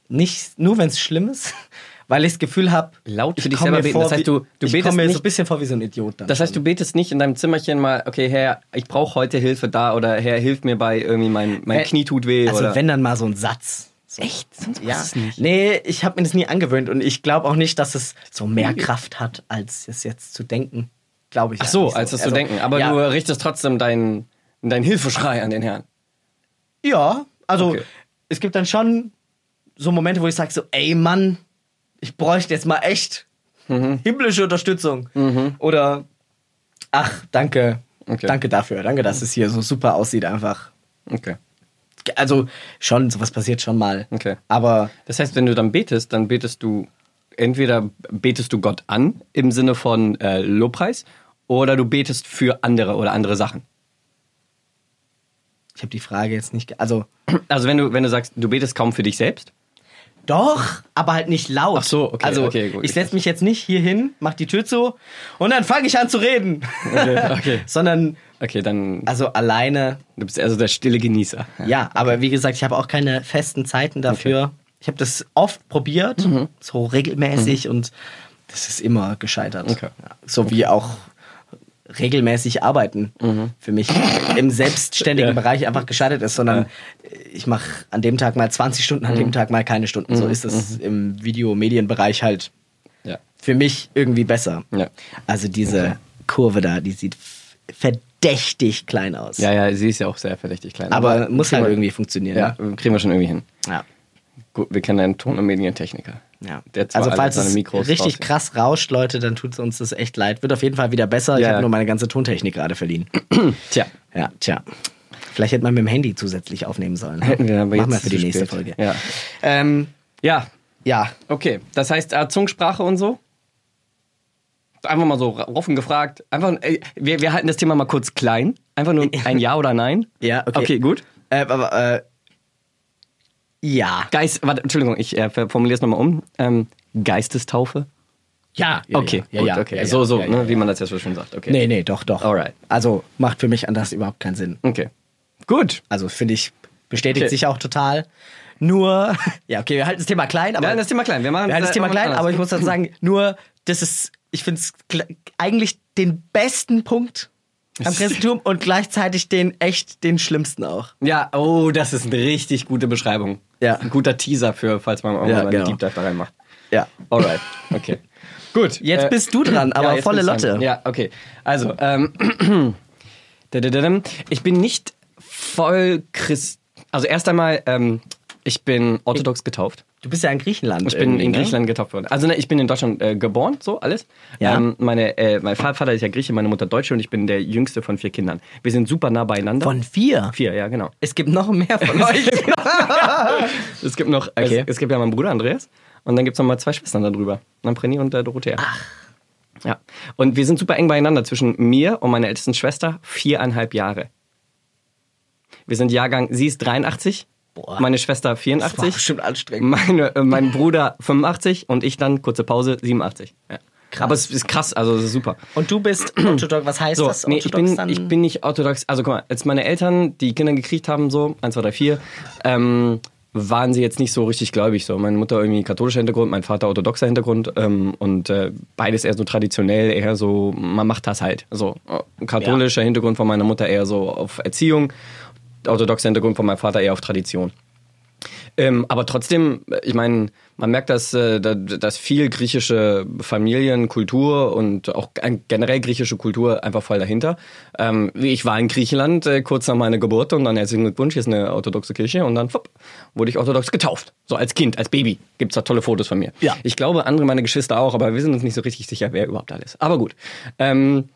Nicht nur, wenn es schlimm ist, weil ich das Gefühl habe, Laut für dich selber beten. Das heißt, du- du ich betest komme mir so nicht- ein bisschen vor wie so ein Idiot dann. Das heißt, du betest nicht in deinem Zimmerchen mal, okay, Herr, ich brauche heute Hilfe da oder Herr, hilf mir bei irgendwie, mein, mein Äh, Knie tut weh. also oder wenn dann mal so ein Satz. So. Echt? Sonst Ja, machst du es nicht. nee, ich habe mir das nie angewöhnt und ich glaube auch nicht, dass es so mehr Kraft hat, als es jetzt zu denken. Glaube ich. halt Ach so, als das zu denken. Aber Also ja, du richtest trotzdem deinen deinen Hilfeschrei an den Herrn. Ja, also Okay. es gibt dann schon so Momente, wo ich sage so, ey Mann, ich bräuchte jetzt mal echt Mhm. himmlische Unterstützung. Oder ach, danke, Okay. Mhm. danke dafür, danke, dass es hier so super aussieht einfach. Okay. Also schon, sowas passiert schon mal. Okay. Aber Das heißt, wenn du dann betest, dann betest du entweder betest du Gott an im Sinne von äh, Lobpreis oder du betest für andere oder andere Sachen. ich habe die Frage jetzt nicht, ge- also Also wenn du wenn du sagst, du betest kaum für dich selbst, Doch, aber halt nicht laut. Ach so, okay, Also okay, gut, ich setze mich jetzt nicht hier hin, mach die Tür zu und dann fange ich an zu reden. okay. Sondern, okay, dann also alleine, du bist also der stille Genießer. ja, aber wie gesagt, ich habe auch keine festen Zeiten dafür. Ich habe das oft probiert, Mhm. so regelmäßig und das ist immer gescheitert. Okay. Mhm. Ja, so wie auch regelmäßig arbeiten für mich im selbstständigen Bereich einfach gescheitert ist, sondern ich mache an dem Tag mal 20 Stunden, an Mhm. dem Tag mal keine Stunden. So ist das im Videomedienbereich halt Ja. für mich irgendwie besser. Ja. Also diese Kurve da, die sieht f- verdächtig klein aus. Ja, ja, sie ist ja auch sehr verdächtig klein. Aber muss kriegen halt wir- irgendwie funktionieren. Ja, Ja. kriegen wir schon irgendwie hin. Ja. Gut, wir kennen einen Ton- und Medientechniker. Ja. Der zwar Also alle falls seine es Mikros richtig rausgeht. krass rauscht, Leute, dann tut es uns das echt leid. Wird auf jeden Fall wieder besser. Ich Ja. habe nur meine ganze Tontechnik gerade verliehen. Tja, Ja, tja. Vielleicht hätte man mit dem Handy zusätzlich aufnehmen sollen. ne? hätten wir aber jetzt Machen wir für die zu nächste spät. Folge. Ja. Ähm, ja, ja. okay. Das heißt, äh, Zungensprache und so? Einfach mal so ra- offen gefragt. Einfach, äh, wir, wir halten das Thema mal kurz klein. Einfach nur ein Ja oder Nein. Ja, okay. Okay, gut. Äh, aber, äh, ja. Geist, warte, Entschuldigung, ich äh, formuliere es nochmal um. Ähm, Geistestaufe? Ja. Okay, ja, gut, ja, okay. ja, ja, so, so, ja, ne, ja. wie man das ja so schon sagt. Okay. Nee, nee, doch, doch. Alright. Also macht für mich anders überhaupt keinen Sinn. Okay. Gut. Also finde ich, bestätigt Okay. sich auch total. Nur, ja, okay, wir halten das Thema klein, aber. Wir halten das Thema klein. Wir machen wir halten das äh, Thema klein, anders. aber ich muss dann sagen, nur, das ist, ich finde es eigentlich den besten Punkt am Christentum und gleichzeitig den echt den schlimmsten auch. Ja, oh, das ist eine richtig gute Beschreibung. Ja. Ein guter Teaser für, falls man irgendwann Ja, mal einen genau. Deep Dive da reinmacht. Ja. Alright, okay. Gut. Jetzt äh, bist du dran, ja, aber jetzt volle bin ich dran. Lotte. Ja, okay. Also, ähm, dadadadam. ich bin nicht voll Christ. Also erst einmal, ähm, ich bin orthodox getauft. Du bist ja in Griechenland. Ich bin in Griechenland getauft worden. Also ne, ich bin in Deutschland äh, geboren, so alles. Ja. Ähm, meine, äh, mein Vater ist ja Grieche, meine Mutter Deutsche und ich bin der jüngste von vier Kindern. Wir sind super nah beieinander. Von vier. vier, ja genau. Es gibt noch mehr von euch. Es gibt noch, Okay. es, es gibt ja meinen Bruder Andreas und dann gibt es nochmal zwei Schwestern darüber. Nampreni und äh, Dorothea. Ach. Ja. Und wir sind super eng beieinander zwischen mir und meiner ältesten Schwester, viereinhalb Jahre. Wir sind Jahrgang, sie ist 83, Boah. meine Schwester Das war 84, bestimmt anstrengend. meine, äh, mein Bruder 85 und ich dann, kurze Pause, 87. Ja. Krass. Aber es ist krass, also es ist super. Und du bist orthodox, was heißt So, das? nee, ich bin, dann? ich bin nicht orthodox. Also guck mal, als meine Eltern die Kinder gekriegt haben, so, 1, 2, 3, 4, ähm, waren sie jetzt nicht so richtig gläubig. So. Meine Mutter irgendwie katholischer Hintergrund, mein Vater orthodoxer Hintergrund ähm, und äh, beides eher so traditionell, eher so, man macht das halt. So, äh, katholischer Hintergrund von meiner Mutter eher so auf Erziehung, orthodoxer Hintergrund von meinem Vater eher auf Tradition. Ähm, aber trotzdem, äh, ich meine, man merkt, dass, äh, da- dass viel griechische Familien, Kultur und auch g- generell griechische Kultur einfach voll dahinter. Ähm, ich war in Griechenland äh, kurz nach meiner Geburt und dann herzlichen Glückwunsch, hier ist eine orthodoxe Kirche und dann fupp, wurde ich orthodox getauft. So als Kind, als Baby gibt's da tolle Fotos von mir. Ja. Ich glaube, andere meiner Geschwister auch, aber wir sind uns nicht so richtig sicher, wer überhaupt alles. Aber gut. Ähm,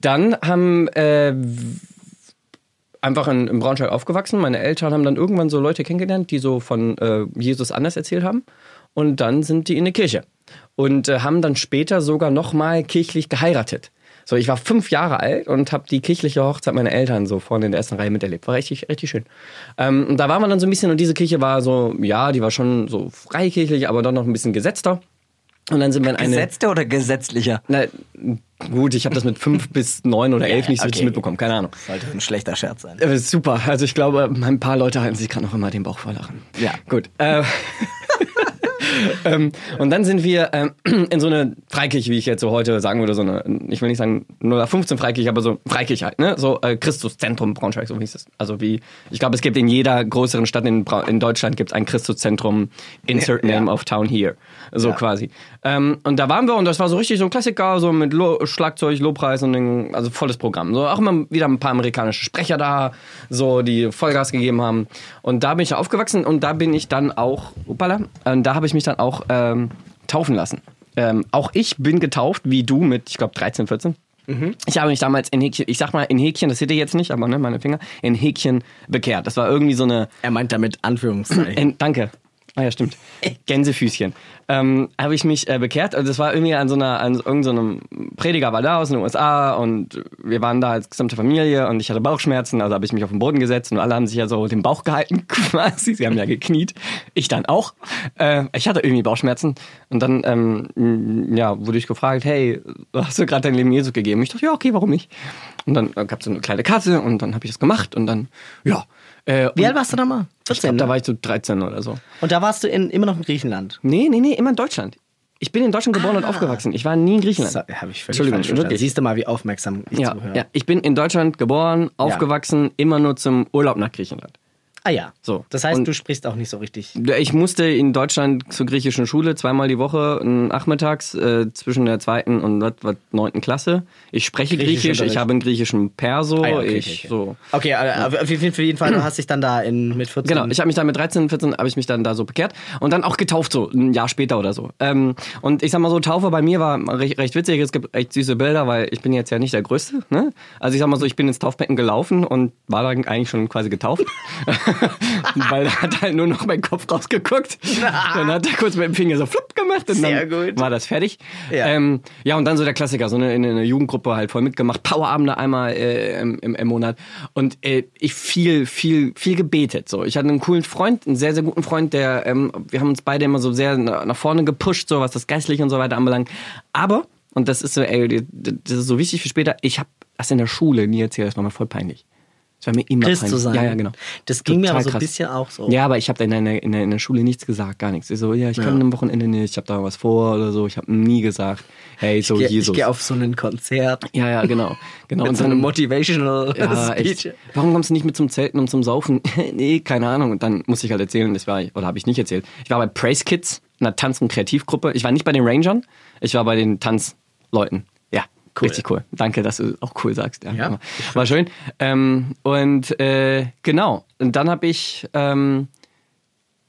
dann haben äh, einfach in, in Braunschweig aufgewachsen. Meine Eltern haben dann irgendwann so Leute kennengelernt, die so von äh, Jesus anders erzählt haben. Und dann sind die in eine Kirche und äh, haben dann später sogar nochmal kirchlich geheiratet. So, ich war fünf Jahre alt und habe die kirchliche Hochzeit meiner Eltern so vorne in der ersten Reihe miterlebt. War richtig, richtig schön. Ähm, und da waren wir dann so ein bisschen und diese Kirche war so, ja, die war schon so freikirchlich, aber doch noch ein bisschen gesetzter. Und dann sind wir in eine... Gesetzter oder gesetzlicher? Na, gut, ich habe das mit fünf bis neun oder elf ja, nicht so richtig okay. mitbekommen, keine Ahnung. Sollte ein schlechter Scherz sein. Äh, Super. Also ich glaube, ein paar Leute halten sich gerade noch immer den Bauch voll lachen. Ja. Gut. Äh, ähm, und dann sind wir ähm, in so eine Freikirche, wie ich jetzt so heute sagen würde, so eine, ich will nicht sagen 015 Freikirche, aber so Freikirche halt, ne? So äh, Christuszentrum Braunschweig, so hieß es. Also wie, ich glaube, es gibt in jeder größeren Stadt in, Brau- in Deutschland gibt ein Christuszentrum, insert Ja. name of town here, so quasi. Ähm, und da waren wir und das war so richtig so ein Klassiker, so mit Lo Schlagzeug, Lobpreis und den, also volles Programm. So auch immer wieder ein paar amerikanische Sprecher da, so die Vollgas gegeben haben. Und da bin ich aufgewachsen und da bin ich dann auch, upala, und da habe ich mich dann auch ähm, taufen lassen. Ähm, auch ich bin getauft, wie du mit, ich glaube, 13, 14. Ich habe mich damals in Häkchen, ich sag mal in Häkchen, das seht ihr jetzt nicht, aber ne, meine Finger, in Häkchen bekehrt. Das war irgendwie so eine Er meint damit Anführungszeichen. in, danke. Ah ja, stimmt. Gänsefüßchen. Ähm, habe ich mich äh, bekehrt. Also das war irgendwie an so einer, an so- irgend so einem Prediger war da aus den USA und wir waren da als gesamte Familie und ich hatte Bauchschmerzen, also habe ich mich auf den Boden gesetzt und alle haben sich ja so den Bauch gehalten quasi. Sie haben ja gekniet. Ich dann auch. Äh, ich hatte irgendwie Bauchschmerzen und dann ähm, m, ja, wurde ich gefragt, hey, hast du gerade dein Leben Jesus gegeben? Ich dachte, ja, okay, warum nicht? Und dann gab es so eine kleine Karte und dann habe ich das gemacht und dann, ja. Äh, Wie und- alt warst du nochmal? ich glaub, 14. da war ich so 13 oder so. und da warst du in, immer noch in Griechenland. Nee, nee, nee, immer in Deutschland. Ich bin in Deutschland geboren und aufgewachsen. Ich war nie in Griechenland. Ah. Das habe ich völlig Entschuldigung, falsch verstanden. wirklich. Siehst du mal, wie aufmerksam ich Ja, zuhöre. ja, ich bin in Deutschland geboren, aufgewachsen, immer nur zum Urlaub nach Griechenland. Ah ja. So. Das heißt, Und- du sprichst auch nicht so richtig. Ich musste in Deutschland zur griechischen Schule zweimal die Woche, n- nachmittags äh, zwischen der zweiten und was- was, neunten Klasse. Ich spreche Griechisch Griechisch, ich Unterricht. habe einen griechischen Perso, Ah, ja, okay, ich okay, okay. so. Okay, aber auf jeden, für jeden Fall, du hast dich dann da in, mit 14. Genau, ich habe mich dann mit 13, 14 habe ich mich dann da so bekehrt und dann auch getauft so ein Jahr später oder so. Ähm, und ich sag mal so Taufe bei mir war recht, recht witzig, es gibt echt süße Bilder, weil ich bin jetzt ja nicht der größte, ne? Also ich sag mal so, ich bin ins Taufbecken gelaufen und war dann eigentlich schon quasi getauft. weil da hat halt nur noch mein Kopf rausgeguckt. dann hat er kurz mit dem Finger so flupp gemacht und Sehr dann gut. war das fertig. Ja. Ähm, ja, und dann so der Klassiker, so eine, in einer Jugendgruppe halt voll mitgemacht, Powerabende einmal äh, im, im, im Monat. Und äh, ich viel, viel, viel gebetet. So. Ich hatte einen coolen Freund, einen sehr, sehr guten Freund, der, ähm, wir haben uns beide immer so sehr na- nach vorne gepusht, so was das Geistliche und so weiter anbelangt. Aber, und das ist so, ey, das ist so wichtig für später, ich habe das in der Schule nie erzählt, das war mir voll peinlich. Das war mir immer Christ peinlich. zu sein. Ja, ja, genau. Das ging mir Total aber so ein krass. bisschen auch so. Ja, aber ich habe in, der- in, der- in der Schule nichts gesagt, gar nichts. Ich so, ja, ich kann am Wochenende nicht, ich habe da was vor oder so. Ich habe nie gesagt, hey, so ich gehe Jesus. geh auf so ein Konzert ja, ja, genau. genau. mit Und so einem dann, Motivational ja, Speech. echt. Warum kommst du nicht mit zum Zelten und zum Saufen? nee, keine Ahnung. Und dann musste ich halt erzählen, das war, oder habe ich nicht erzählt. Ich war bei Praise Kids, einer Tanz- und Kreativgruppe. Ich war nicht bei den Rangern, ich war bei den Tanzleuten. Ja, Cool. richtig cool. Danke, dass du auch cool sagst. Ja, genau. Ja. war schön. Ähm, und äh, genau, und dann habe ich... Ähm,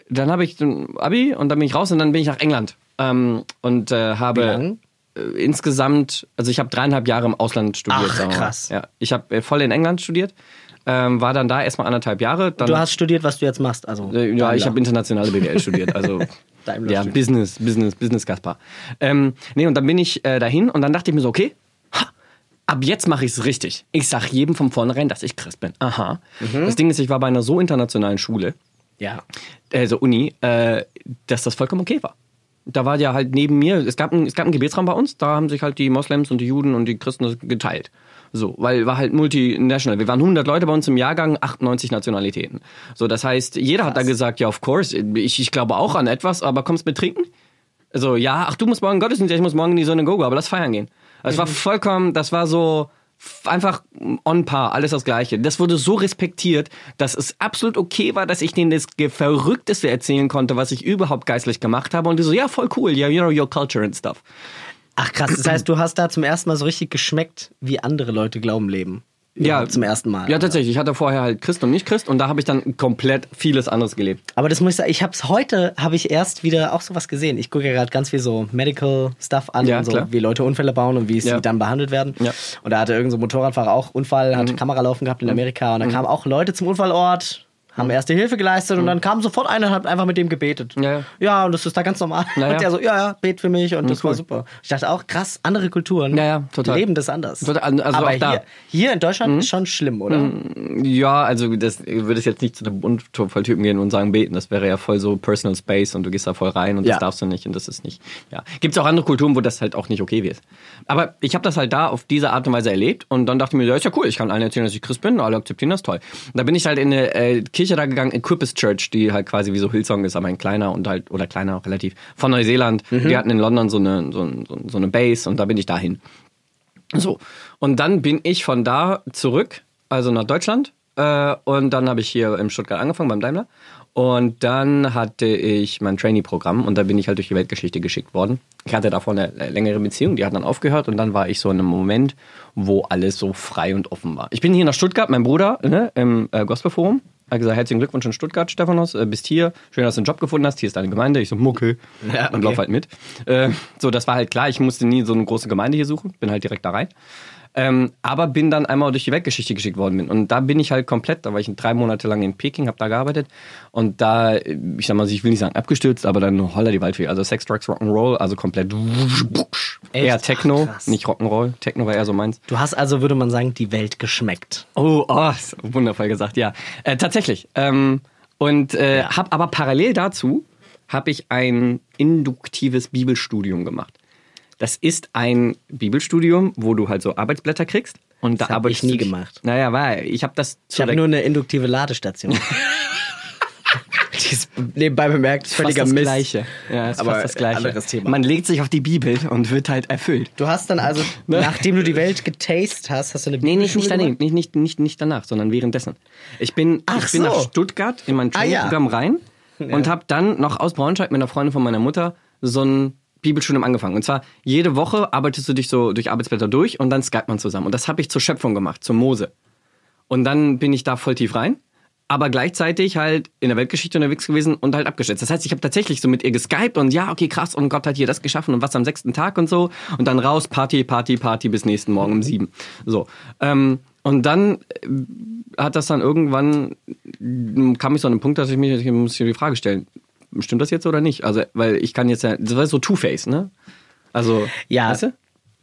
dann habe ich ein Abi und dann bin ich raus und dann bin ich nach England ähm, und äh, habe Wie lang? Äh, insgesamt, also ich habe dreieinhalb Jahre im Ausland studiert. Ach, sagen wir mal. krass. Ja, ich habe äh, voll in England studiert, ähm, war dann da erstmal anderthalb Jahre. Dann, Du hast studiert, was du jetzt machst. Also, äh, ja, ich Daimler. habe internationale BWL studiert, also Daimler ja, studiert. Business, Business, Business Gaspar. Ähm, nee, und dann bin ich äh, dahin und dann dachte ich mir so, okay, ha, ab jetzt mache ich es richtig. Ich sag jedem von vornherein, dass ich Christ bin. Aha. Mhm. Das Ding ist, ich war bei einer so internationalen Schule, Ja. also Uni, äh, dass das vollkommen okay war. Da war ja halt neben mir, es gab, einen, es gab einen Gebetsraum bei uns, da haben sich halt die Moslems und die Juden und die Christen das geteilt. So, weil war halt multinational. Wir waren 100 Leute bei uns im Jahrgang, 98 Nationalitäten. So, das heißt, jeder hat da gesagt, ja, of course, ich, ich glaube auch an etwas, aber kommst mit trinken? So, ja, ach, du musst morgen Gottesdienst, ja, ich muss morgen in die Sonne Gogo, aber lass feiern gehen. Das Mhm. war vollkommen, das war so f- einfach on par, alles das Gleiche. Das wurde so respektiert, dass es absolut okay war, dass ich denen das Ge- Verrückteste erzählen konnte, was ich überhaupt geistlich gemacht habe. Und die so, ja, voll cool, yeah, you know your culture and stuff. Ach krass, das heißt, du hast da zum ersten Mal so richtig geschmeckt, wie andere Leute Glauben leben. Überhaupt Zum ersten Mal. Ja, tatsächlich. Ich hatte vorher halt Christ und nicht Christ und da habe ich dann komplett vieles anderes gelebt. Aber das muss ich sagen, ich hab's heute, habe ich erst wieder auch sowas gesehen. Ich gucke ja gerade ganz viel so Medical Stuff an Ja, und so, klar. wie Leute Unfälle bauen und wie sie Ja. dann behandelt werden. Ja. Mhm. Und da hatte irgendein so ein Motorradfahrer auch Unfall, hat Kamera laufen gehabt in Amerika und da kamen auch Leute zum Unfallort, haben erste Hilfe geleistet und dann kam sofort einer und hat einfach mit dem gebetet. Mhm. Ja, ja. Ja, und das ist da ganz normal. Ja, ja. Mhm, Und der so, ja, ja, bet für mich und das war cool. super. Ich dachte auch, krass, andere Kulturen Ja, ja, total. leben das anders. Total, also Aber auch da. Mhm. Hier, hier in Deutschland ist schon schlimm, oder? Ja, also das würde es jetzt nicht zu einem Unfalltypen gehen und sagen, beten, das wäre ja voll so Personal Space und du gehst da voll rein und Ja. das darfst du nicht und das ist nicht. Ja. Gibt es auch andere Kulturen, wo das halt auch nicht okay wird. Aber ich habe das halt da auf diese Art und Weise erlebt und dann dachte ich mir, ja, ist ja cool, ich kann allen erzählen, dass ich Christ bin, alle akzeptieren das toll. Und da bin ich halt in eine äh, Kirche da gegangen, Equipus Church, die halt quasi wie so Hillsong ist, aber ein kleiner und halt, oder kleiner relativ, von Neuseeland. Die hatten in London so eine, so, ein- so, ein- so eine Base und da bin ich dahin. So, und dann bin ich von da zurück, also nach Deutschland. Äh, und dann habe ich hier in Stuttgart angefangen beim Daimler. Und dann hatte ich mein Trainee-Programm und da bin ich halt durch die Weltgeschichte geschickt worden. Ich hatte davor eine äh, längere Beziehung, die hat dann aufgehört und dann war ich so in einem Moment, wo alles so frei und offen war. Ich bin hier nach Stuttgart, mein Bruder ne, im äh, Gospelforum hat gesagt, herzlichen Glückwunsch in Stuttgart, Stephanos, äh, bist hier, schön, dass du einen Job gefunden hast, hier ist deine Gemeinde. Ich so, "Mm, okay, Ja, okay. und lauf halt mit. Äh, so, das war halt klar, ich musste nie so eine große Gemeinde hier suchen, bin halt direkt da rein. Ähm, aber bin dann einmal durch die Weltgeschichte geschickt worden bin. Und da bin ich halt komplett, da war ich drei Monate lang in Peking, habe da gearbeitet und da, äh, ich sag mal, ich will nicht sagen abgestürzt, aber dann holla die Waldfee. Also Sex, Drugs, Rock'n'Roll, also komplett Echt? eher Techno, Ach, krass. nicht Rock'n'Roll. Techno war eher so meins. Du hast also, würde man sagen, die Welt geschmeckt. Oh, oh ist wundervoll gesagt, ja. Äh, tatsächlich. Ähm, und äh, Ja. habe aber parallel dazu habe ich ein induktives Bibelstudium gemacht. Das ist ein Bibelstudium, wo du halt so Arbeitsblätter kriegst. Und da hab habe ich nie gemacht. Naja, war ich habe das Ich habe nur eine induktive Ladestation. ist nebenbei bemerkt völliger fast das Mist. Gleiche. Ja, ist Aber fast das Gleiche. anderes Thema. Man legt sich auf die Bibel und wird halt erfüllt. Du hast dann also, Ne? nachdem du die Welt getastet hast, hast du eine Nee, nicht, nicht, Bibelschule daneben, gemacht? nicht, nicht, nicht, nicht danach, sondern währenddessen. Ich bin, Ach ich bin so. nach Stuttgart in mein Ah, ja. Trainingprogramm rein und habe dann noch aus Braunschweig mit einer Freundin von meiner Mutter so ein Bibelstudium angefangen. Und zwar jede Woche arbeitest du dich so durch Arbeitsblätter durch und dann skypt man zusammen. Und das habe ich zur Schöpfung gemacht, zur Mose. Und dann bin ich da voll tief rein, aber gleichzeitig halt in der Weltgeschichte unterwegs gewesen und halt abgeschätzt. Das heißt, ich habe tatsächlich so mit ihr geskypt und ja, okay, krass, und Gott hat hier das geschaffen und was am sechsten Tag und so. Und dann raus, Party, Party, Party bis nächsten Morgen um sieben. So. Ähm, und dann äh, hat das dann irgendwann, äh, kam ich so an den Punkt, dass ich mich, ich muss hier die Frage stellen, stimmt das jetzt oder nicht? Also, weil ich kann jetzt ja, das war so Two-Face, ne? Also, Ja. weißt du?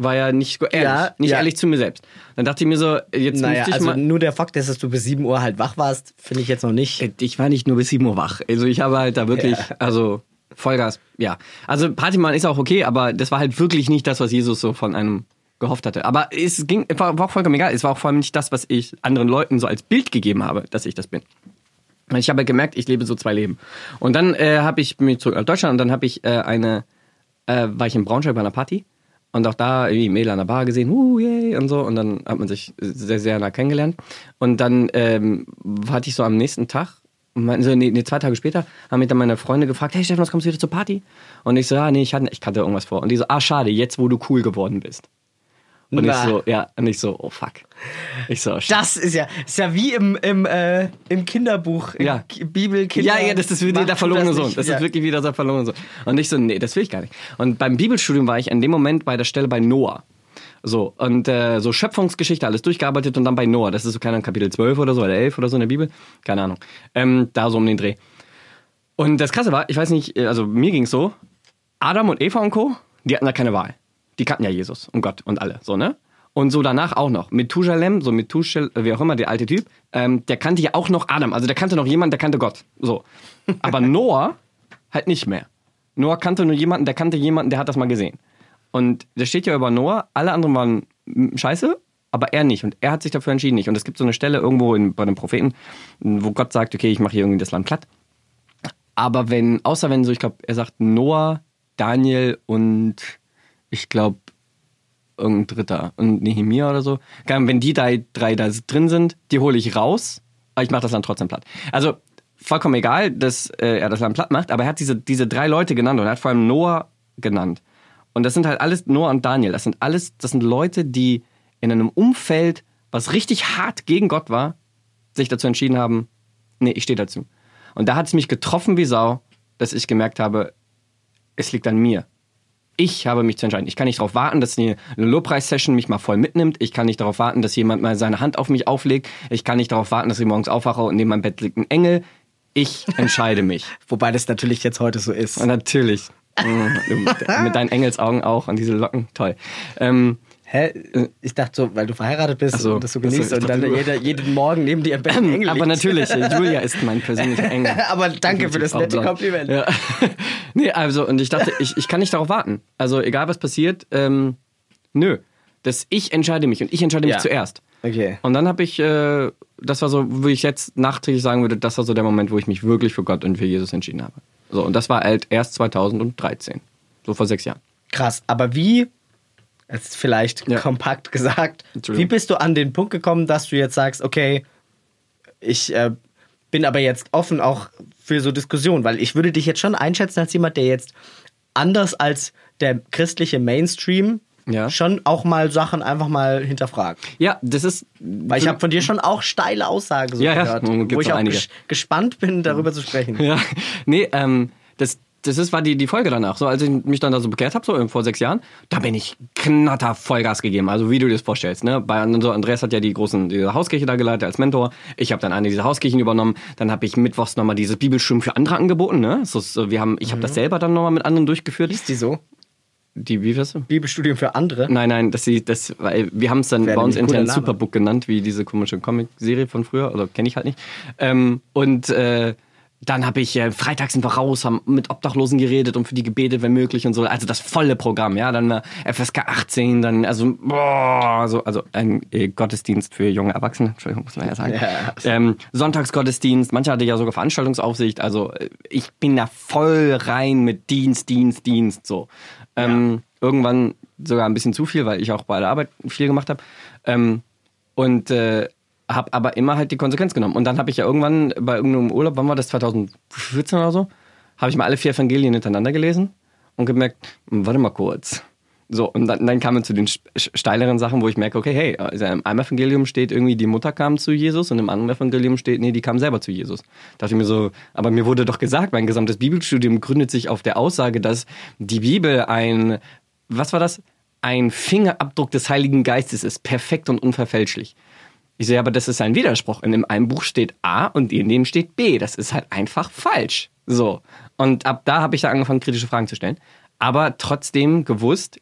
War ja nicht ehrlich, Ja, nicht ja. ehrlich zu mir selbst. Dann dachte ich mir so, jetzt Naja, müsste ich also mal... nur der Fakt, dass du bis 7 Uhr halt wach warst, finde ich jetzt noch nicht. Äh, Ich war nicht nur bis 7 Uhr wach. Also ich habe halt da wirklich, Ja. also Vollgas, ja. Also Partymann ist auch okay, aber das war halt wirklich nicht das, was Jesus so von einem gehofft hatte. Aber es ging, war, war auch vollkommen egal. Es war auch vor allem nicht das, was ich anderen Leuten so als Bild gegeben habe, dass ich das bin. Und Ich habe halt gemerkt, ich lebe so zwei Leben. Und dann äh, habe ich mich zurück nach Deutschland und dann habe ich äh, eine, äh, war ich in Braunschweig bei einer Party und auch da irgendwie Mädel an der Bar gesehen, uh, yay und so. Und dann hat man sich sehr, sehr nah kennengelernt. Und dann ähm, hatte ich so am nächsten Tag, meinten so, nee, nee, zwei Tage später, haben mich dann meine Freunde gefragt, hey Stefan, was kommst du wieder zur Party? Und ich so, ah, nee, ich hatte, ich hatte irgendwas vor. Und die so, ah, schade, jetzt wo du cool geworden bist. Und Na. ich so, ja, und ich so, oh fuck. Ich so, shit. Das ist ja, ist ja wie im, im, äh, im Kinderbuch, im Ja. Ki- Bibelkinder. Ja, ja, das ist wieder Macht der verlorene das Sohn. nicht. Das Ja. ist wirklich wieder der verlorene Sohn. Und ich so, nee, das will ich gar nicht. Und beim Bibelstudium war ich an dem Moment bei der Stelle bei Noah. So, und äh, so Schöpfungsgeschichte, alles durchgearbeitet und dann bei Noah. Das ist so, keine Ahnung, Kapitel 12 oder so oder 11 oder so in der Bibel. Keine Ahnung. Ähm, da so um den Dreh. Und das Krasse war, ich weiß nicht, äh, also mir ging's so, Adam und Eva und Co., die hatten da keine Wahl. Die kannten ja Jesus und Gott und alle, so, ne? Und so danach auch noch. Methusalem, so Methusalem, wie auch immer, der alte Typ, ähm, der kannte ja auch noch Adam. Also der kannte noch jemanden, der kannte Gott. So. Aber Noah halt nicht mehr. Noah kannte nur jemanden, der kannte jemanden, der hat das mal gesehen. Und da steht ja über Noah, alle anderen waren mm, scheiße, aber er nicht. Und er hat sich dafür entschieden nicht. Und es gibt so eine Stelle irgendwo in, bei den Propheten, wo Gott sagt, okay, ich mache hier irgendwie das Land platt. Aber wenn, außer wenn so, ich glaube, er sagt Noah, Daniel und ich glaube irgendein Dritter und Nehemia oder so. Keine Ahnung, Wenn die drei, drei da drin sind, die hole ich raus, aber ich mache das Land trotzdem platt. Also vollkommen egal, dass äh, er das Land platt macht, aber er hat diese, diese drei Leute genannt und er hat vor allem Noah genannt. Und das sind halt alles Noah und Daniel. Das sind alles, das sind Leute, die in einem Umfeld, was richtig hart gegen Gott war, sich dazu entschieden haben, nee, ich stehe dazu. Und da hat es mich getroffen wie Sau, dass ich gemerkt habe, es liegt an mir. Ich habe mich zu entscheiden. Ich kann nicht darauf warten, dass eine eine Lobpreis-Session mich mal voll mitnimmt. Ich kann nicht darauf warten, dass jemand mal seine Hand auf mich auflegt. Ich kann nicht darauf warten, dass ich morgens aufwache und neben meinem Bett liegt ein Engel. Ich entscheide mich. Wobei das natürlich jetzt heute so ist. Und natürlich. Mm, Mit deinen Engelsaugen auch und diese Locken. Toll. Ähm, Hä? Ich dachte so, weil du verheiratet bist so. und das so Ach so, genießt ich und dann dachte, du- jeder, jeden Morgen neben dir im Bett ein Engel aber liegt. natürlich, äh, Julia ist mein persönlicher Engel. Aber danke für das Auch nette blond. Kompliment. Ja. nee, also, und ich dachte, ich, ich kann nicht darauf warten. Also, egal was passiert, ähm, nö. Das ich entscheide mich und ich entscheide mich Ja. zuerst. Okay. Und dann habe ich, äh, das war so, wie ich jetzt nachträglich sagen würde, das war so der Moment, wo ich mich wirklich für Gott und für Jesus entschieden habe. So, und das war halt erst 2013. So vor sechs Jahren. Krass. Aber wie, jetzt vielleicht Ja. kompakt gesagt, Entschuldigung. wie bist du an den Punkt gekommen, dass du jetzt sagst, okay, ich äh, bin aber jetzt offen auch für so Diskussionen, weil ich würde dich jetzt schon einschätzen als jemand, der jetzt anders als der christliche Mainstream Ja. schon auch mal Sachen einfach mal hinterfragt. Ja, das ist. Weil ich habe von dir schon auch steile Aussagen so Hm. Ja, ja, gehört, gibt's wo ich noch auch einige. Hm. ges gespannt bin, darüber zu sprechen. Ja, nee, ähm, das, das ist, war die, die Folge danach. So, als ich mich dann da so bekehrt habe, so ähm, vor sechs Jahren, da bin ich knatter Vollgas gegeben. Also wie du dir das vorstellst. Ne? Bei so Andreas hat ja die großen diese Hauskirche da geleitet als Mentor. Ich habe dann eine dieser Hauskirchen übernommen. Dann habe ich mittwochs nochmal dieses Bibelschirm für andere angeboten. Ne? So, so, wir haben, ich habe das selber dann nochmal mit anderen durchgeführt. Hieß die so? Die, wie wirst du? Bibelstudium für andere? Nein, nein, das, sie- das, weil wir haben es dann Wäre bei uns nämlich ein cooler intern Name. also Superbook genannt, wie diese komische Comic-Serie von früher, oder kenne ich halt nicht. Ähm, und äh, Dann habe ich äh, freitags sind wir raus, haben mit Obdachlosen geredet und für die gebetet, wenn möglich und so. Also das volle Programm, ja. Dann äh, FSK 18, dann also boah, so, also ein äh, Gottesdienst für junge Erwachsene, Entschuldigung, muss man ja sagen. Ja. Ähm, Sonntagsgottesdienst, manche hatte ja sogar Veranstaltungsaufsicht. Also äh, ich bin da voll rein mit Dienst, Dienst, Dienst so. Ähm, Irgendwann sogar ein bisschen zu viel, weil ich auch bei der Arbeit viel gemacht habe. Ähm, und äh, habe aber immer halt die Konsequenz genommen. Und dann habe ich ja irgendwann bei irgendeinem Urlaub, wann war das, 2014 oder so, habe ich mal alle vier Evangelien hintereinander gelesen und gemerkt, "Hm, warte mal kurz. So, und dann, dann kamen wir zu den sch- sch- steileren Sachen, wo ich merke, okay, hey, also im einen Evangelium steht irgendwie, die Mutter kam zu Jesus und im anderen Evangelium steht, nee, die kam selber zu Jesus. Da dachte ich mir so, aber mir wurde doch gesagt, mein gesamtes Bibelstudium gründet sich auf der Aussage, dass die Bibel ein, was war das? Ein Fingerabdruck des Heiligen Geistes ist, perfekt und unverfälschlich. Ich sehe, aber das ist ein Widerspruch. In dem einen Buch steht A und in dem steht B. Das ist halt einfach falsch. So. Und ab da habe ich da angefangen, kritische Fragen zu stellen. Aber trotzdem gewusst,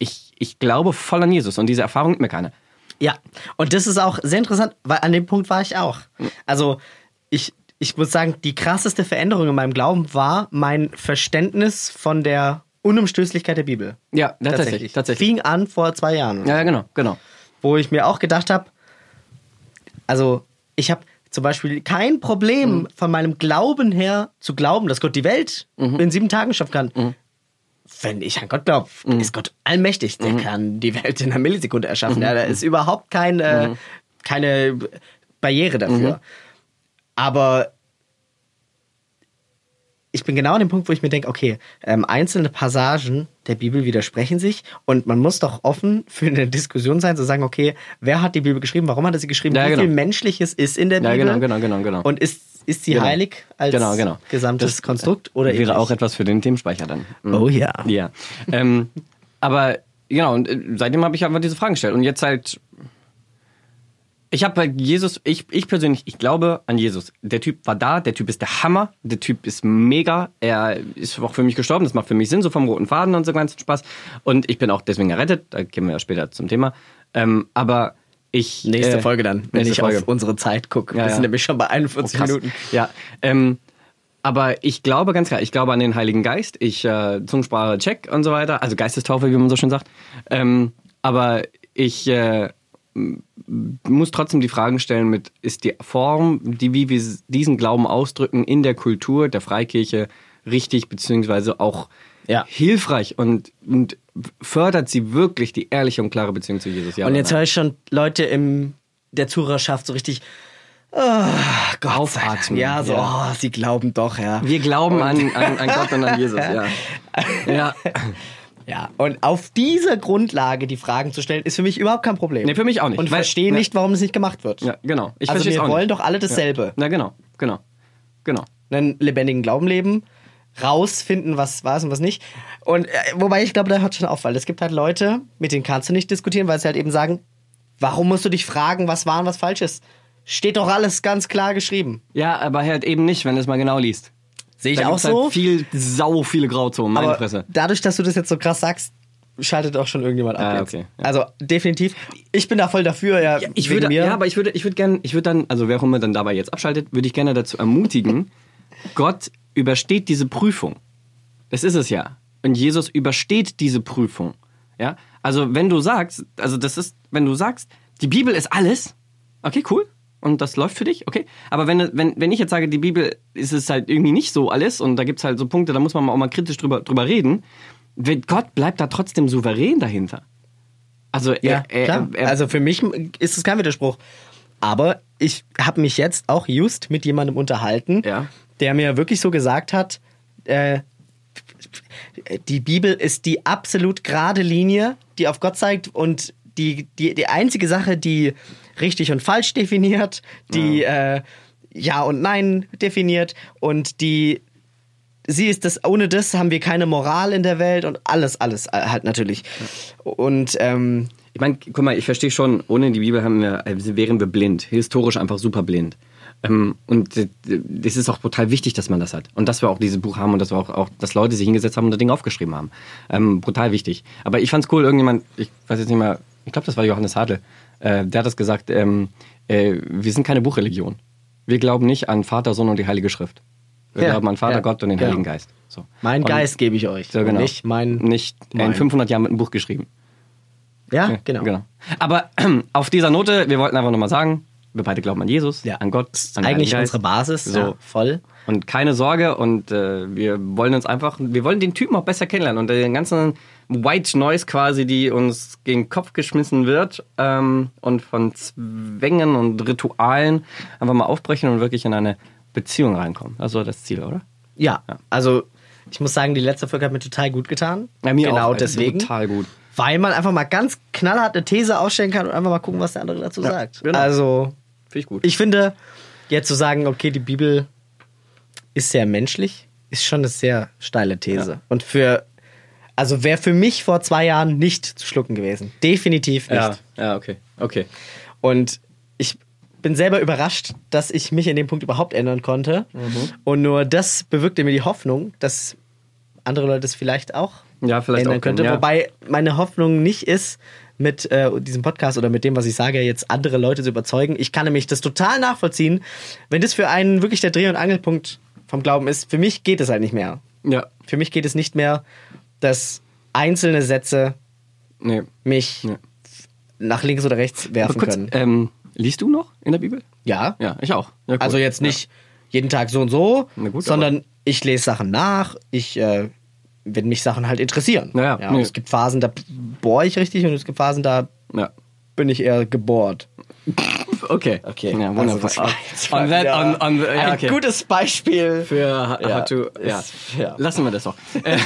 ich, ich glaube voll an Jesus und diese Erfahrung gibt mir keine. Ja, und das ist auch sehr interessant, weil an dem Punkt war ich auch. Also, ich, ich muss sagen, die krasseste Veränderung in meinem Glauben war mein Verständnis von der Unumstößlichkeit der Bibel. Ja, tatsächlich. tatsächlich. Fing an vor zwei Jahren, Ja, ja, genau, genau. wo ich mir auch gedacht habe, also, ich habe zum Beispiel kein Mhm. Problem von meinem Glauben her zu glauben, dass Gott die Welt Mhm. in sieben Tagen schaffen kann. Wenn ich an Gott glaube, Mhm. ist Gott allmächtig. Der kann die Welt in einer Millisekunde Mhm. erschaffen. Ja, da ist überhaupt kein, äh, keine Barriere dafür. Mhm. Aber ich bin genau an dem Punkt, wo ich mir denke, okay, ähm, einzelne Passagen der Bibel widersprechen sich und man muss doch offen für eine Diskussion sein, zu sagen, okay, wer hat die Bibel geschrieben, warum hat er sie geschrieben, Ja, wie genau. viel Menschliches ist in der Ja, Bibel genau, genau, genau, genau. und ist, ist sie Genau. heilig als Genau, genau. gesamtes Das, äh, Konstrukt oder eben Wäre auch nicht? etwas für den Themenspeicher dann. Mhm. Oh ja. Ja. Ähm, aber genau, und äh, seitdem habe ich einfach diese Fragen gestellt. Und jetzt halt. Ich habe halt Jesus, ich, ich persönlich, ich glaube an Jesus. Der Typ war da, der Typ ist der Hammer, der Typ ist mega, er ist auch für mich gestorben, das macht für mich Sinn, so vom roten Faden und so ganzen Spaß. Und ich bin auch deswegen errettet, da kommen wir ja später zum Thema. Ähm, aber ich. Nächste äh, Folge Oh, dann, wenn nächste ich Folge. auf unsere Zeit gucke. Ja, Wir ja. sind nämlich schon bei 41 Krass. Minuten. Ja, ähm, aber ich glaube ganz klar, ich glaube an den Heiligen Geist. Ich äh, Zungensprache check und so weiter. Also Geistestaufe, wie man so schön sagt. Ähm, aber ich äh, m- muss trotzdem die Fragen stellen mit, ist die Form, die, wie wir diesen Glauben ausdrücken, in der Kultur der Freikirche richtig, beziehungsweise auch Ja. hilfreich und, und fördert sie wirklich die ehrliche und klare Beziehung zu Jesus? Ja Und oder jetzt nein? höre ich schon Leute im der Zuhörerschaft so richtig ah, Gott sei Dank. Aufatmen. Ja, so, Ja. oh, sie glauben doch, ja. wir glauben an, an, an Gott und an Jesus, ja. ja. Ja, und auf dieser Grundlage die Fragen zu stellen, ist für mich überhaupt kein Problem. Nee, für mich auch nicht. Und Weil- verstehe ja. nicht, warum es nicht gemacht wird. Ja, genau. Ich also versteh's wir auch wollen nicht. doch alle dasselbe. Na genau, genau, genau. Einen lebendigen Glauben leben, rausfinden, was war es und was nicht. Und äh, wobei ich glaube, da hört schon auf, weil es gibt halt Leute, mit denen kannst du nicht diskutieren, weil sie halt eben sagen, warum musst du dich fragen, was war und was falsch ist? Steht doch alles ganz klar geschrieben. Ja, aber halt eben nicht, wenn du es mal genau liest. Sehe Da gibt's Halt viel, sau viele Grauzonen, meine Aber Fresse. dadurch, dass du das jetzt so krass sagst, schaltet auch schon irgendjemand ab. Ah, jetzt. okay. Ja. Also definitiv. Ich bin da voll dafür. Ja, Ich wegen würde, mir. ja, aber ich würde, ich würde gerne, ich würde dann, also wer auch immer dann dabei jetzt abschaltet, würde ich gerne dazu ermutigen, Gott übersteht diese Prüfung. Das ist es ja. Und Jesus übersteht diese Prüfung. Ja? Also, wenn du sagst, also das ist, wenn du sagst, die Bibel ist alles, okay, cool. Und das läuft für dich, okay. Aber wenn, wenn, wenn ich jetzt sage, die Bibel ist es halt irgendwie nicht so alles und da gibt es halt so Punkte, da muss man auch mal kritisch drüber, drüber reden. Wenn- Gott bleibt da trotzdem souverän dahinter. Also, er, Ja, er, klar. er, also für mich ist es kein Widerspruch. Aber ich habe mich jetzt auch just mit jemandem unterhalten, Ja. der mir wirklich so gesagt hat, äh, die Bibel ist die absolut gerade Linie, die auf Gott zeigt und die, die, die einzige Sache, die richtig und falsch definiert, die ja, äh, ja und nein definiert und die sie ist das, ohne das haben wir keine Moral in der Welt und alles, alles äh, halt natürlich. Und ähm, Ich meine, guck mal, ich verstehe schon, ohne die Bibel haben wir, äh, wären wir blind, historisch einfach super blind. Ähm, und äh, das ist auch brutal wichtig, dass man das hat. Und dass wir auch dieses Buch haben und dass wir auch, auch dass Leute sich hingesetzt haben und das Ding aufgeschrieben haben. Ähm, brutal wichtig. Aber ich fand's cool, irgendjemand, ich weiß jetzt nicht mehr, ich glaube, das war Johannes Hadel, äh, der hat das gesagt, ähm, äh, wir sind keine Buchreligion. Wir glauben nicht an Vater, Sohn und die Heilige Schrift. Wir Ja. glauben an Vater Ja. Gott und den Ja. Heiligen Geist. So. Mein Und- Geist gebe ich euch. So, genau. Nicht mein. Nicht in mein. 500 Jahren mit einem Buch geschrieben. Ja, genau. Aber auf dieser Note, wir wollten einfach nochmal sagen, wir beide glauben an Jesus, Ja. an Gott, Das ist an den eigentlich Heiligen Geist. unsere Basis. So. So voll. Und keine Sorge, und äh, wir wollen uns einfach, wir wollen den Typen auch besser kennenlernen und den ganzen White Noise quasi, die uns gegen den Kopf geschmissen wird ähm, und von Zwängen und Ritualen einfach mal aufbrechen und wirklich in eine Beziehung reinkommen. Das war das Ziel, oder? Ja, also ich muss sagen, die letzte Folge hat mir total gut getan. Ja, mir genau auch, ey. deswegen. Total gut. Weil man einfach mal ganz knallhart eine These aufstellen kann und einfach mal gucken, was der andere dazu sagt. genau. Also, Finde ich gut. ich finde, jetzt zu sagen, okay, die Bibel ist sehr menschlich, ist schon eine sehr steile These. Ja. Und für, also wäre für mich vor zwei Jahren nicht zu schlucken gewesen. Definitiv nicht. ja, ja, okay. Okay. Und ich bin selber überrascht, dass ich mich in dem Punkt überhaupt ändern konnte. Mhm. Und nur das bewirkte mir die Hoffnung, dass andere Leute es vielleicht auch Ja, vielleicht ändern auch, könnte. ja. Wobei meine Hoffnung nicht ist, mit äh, diesem Podcast oder mit dem, was ich sage, jetzt andere Leute zu überzeugen. Ich kann nämlich das total nachvollziehen, wenn das für einen wirklich der Dreh- und Angelpunkt vom Glauben ist. Für mich geht es halt nicht mehr. Ja, Für mich geht es nicht mehr, dass einzelne Sätze nee. mich Ja. nach links oder rechts Aber werfen kurz, können. ähm, liest du noch in der Bibel? Ja. Ja, ich auch. Ja, cool. Also jetzt nicht jeden Tag so und so, Na gut, sondern ich lese Sachen nach, ich, äh, wenn mich Sachen halt interessieren. Ja, ja, und nee. Es gibt Phasen, da bohre ich richtig und es gibt Phasen, da Ja. bin ich eher gebohrt. Okay. Okay. Ja, Also wunderbar. das war jetzt on mal that, wieder on, on, ja, ein okay. gutes Beispiel. Für ja, Ja, to, ja. ist- ja. Lassen wir das auch. Äh,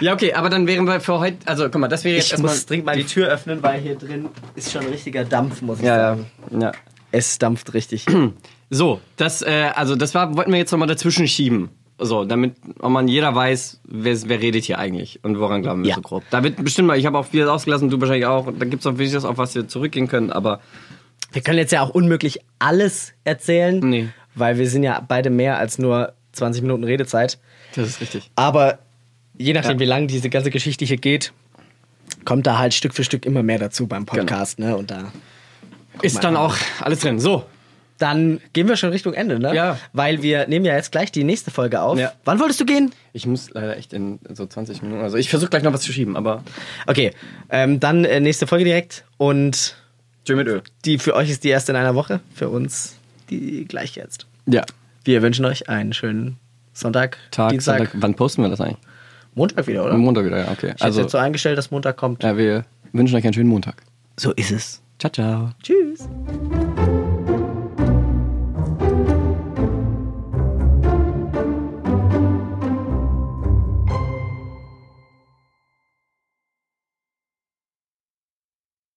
ja, okay, aber dann wären wir für heute. Also, guck mal, das wäre jetzt ich erstmal. muss dringend mal die Tür öffnen, weil hier drin ist schon richtiger Dampf, muss ich ja, sagen. ja, ja. Es dampft richtig. So, das, äh, also das war, wollten wir jetzt nochmal dazwischen schieben. So, damit man jeder weiß, wer, wer redet hier eigentlich und woran glauben wir Ja. so grob. Da wird bestimmt mal, ich habe auch vieles ausgelassen, du wahrscheinlich auch. Da gibt es noch vieles, auf was wir zurückgehen können, aber Wir können jetzt ja auch unmöglich alles erzählen, Nee. weil wir sind ja beide mehr als nur 20 Minuten Redezeit. das ist richtig. Aber je nachdem, Ja. wie lang diese ganze Geschichte hier geht, kommt da halt Stück für Stück immer mehr dazu beim Podcast, ne? Und da. Ist dann auch alles drin. So, Dann gehen wir schon Richtung Ende, ne? Ja. Weil wir nehmen ja jetzt gleich die nächste Folge auf. Ja. Wann wolltest du gehen? Ich muss leider echt in so 20 Minuten. Also ich versuche gleich noch was zu schieben, aber. Okay, ähm, dann äh, nächste Folge direkt. Und Tschö mit Öl. die für euch ist die erste in einer Woche. Für uns die gleich jetzt. Ja. Wir wünschen euch einen schönen Sonntag, Tag, Dienstag, Sonntag. Wann posten wir das eigentlich? Montag wieder, oder? Am Montag wieder, ja, okay. ich also, Also, jetzt so eingestellt, dass Montag kommt. ja, wir wünschen euch einen schönen Montag. So ist es. Ciao, ciao. Tschüss.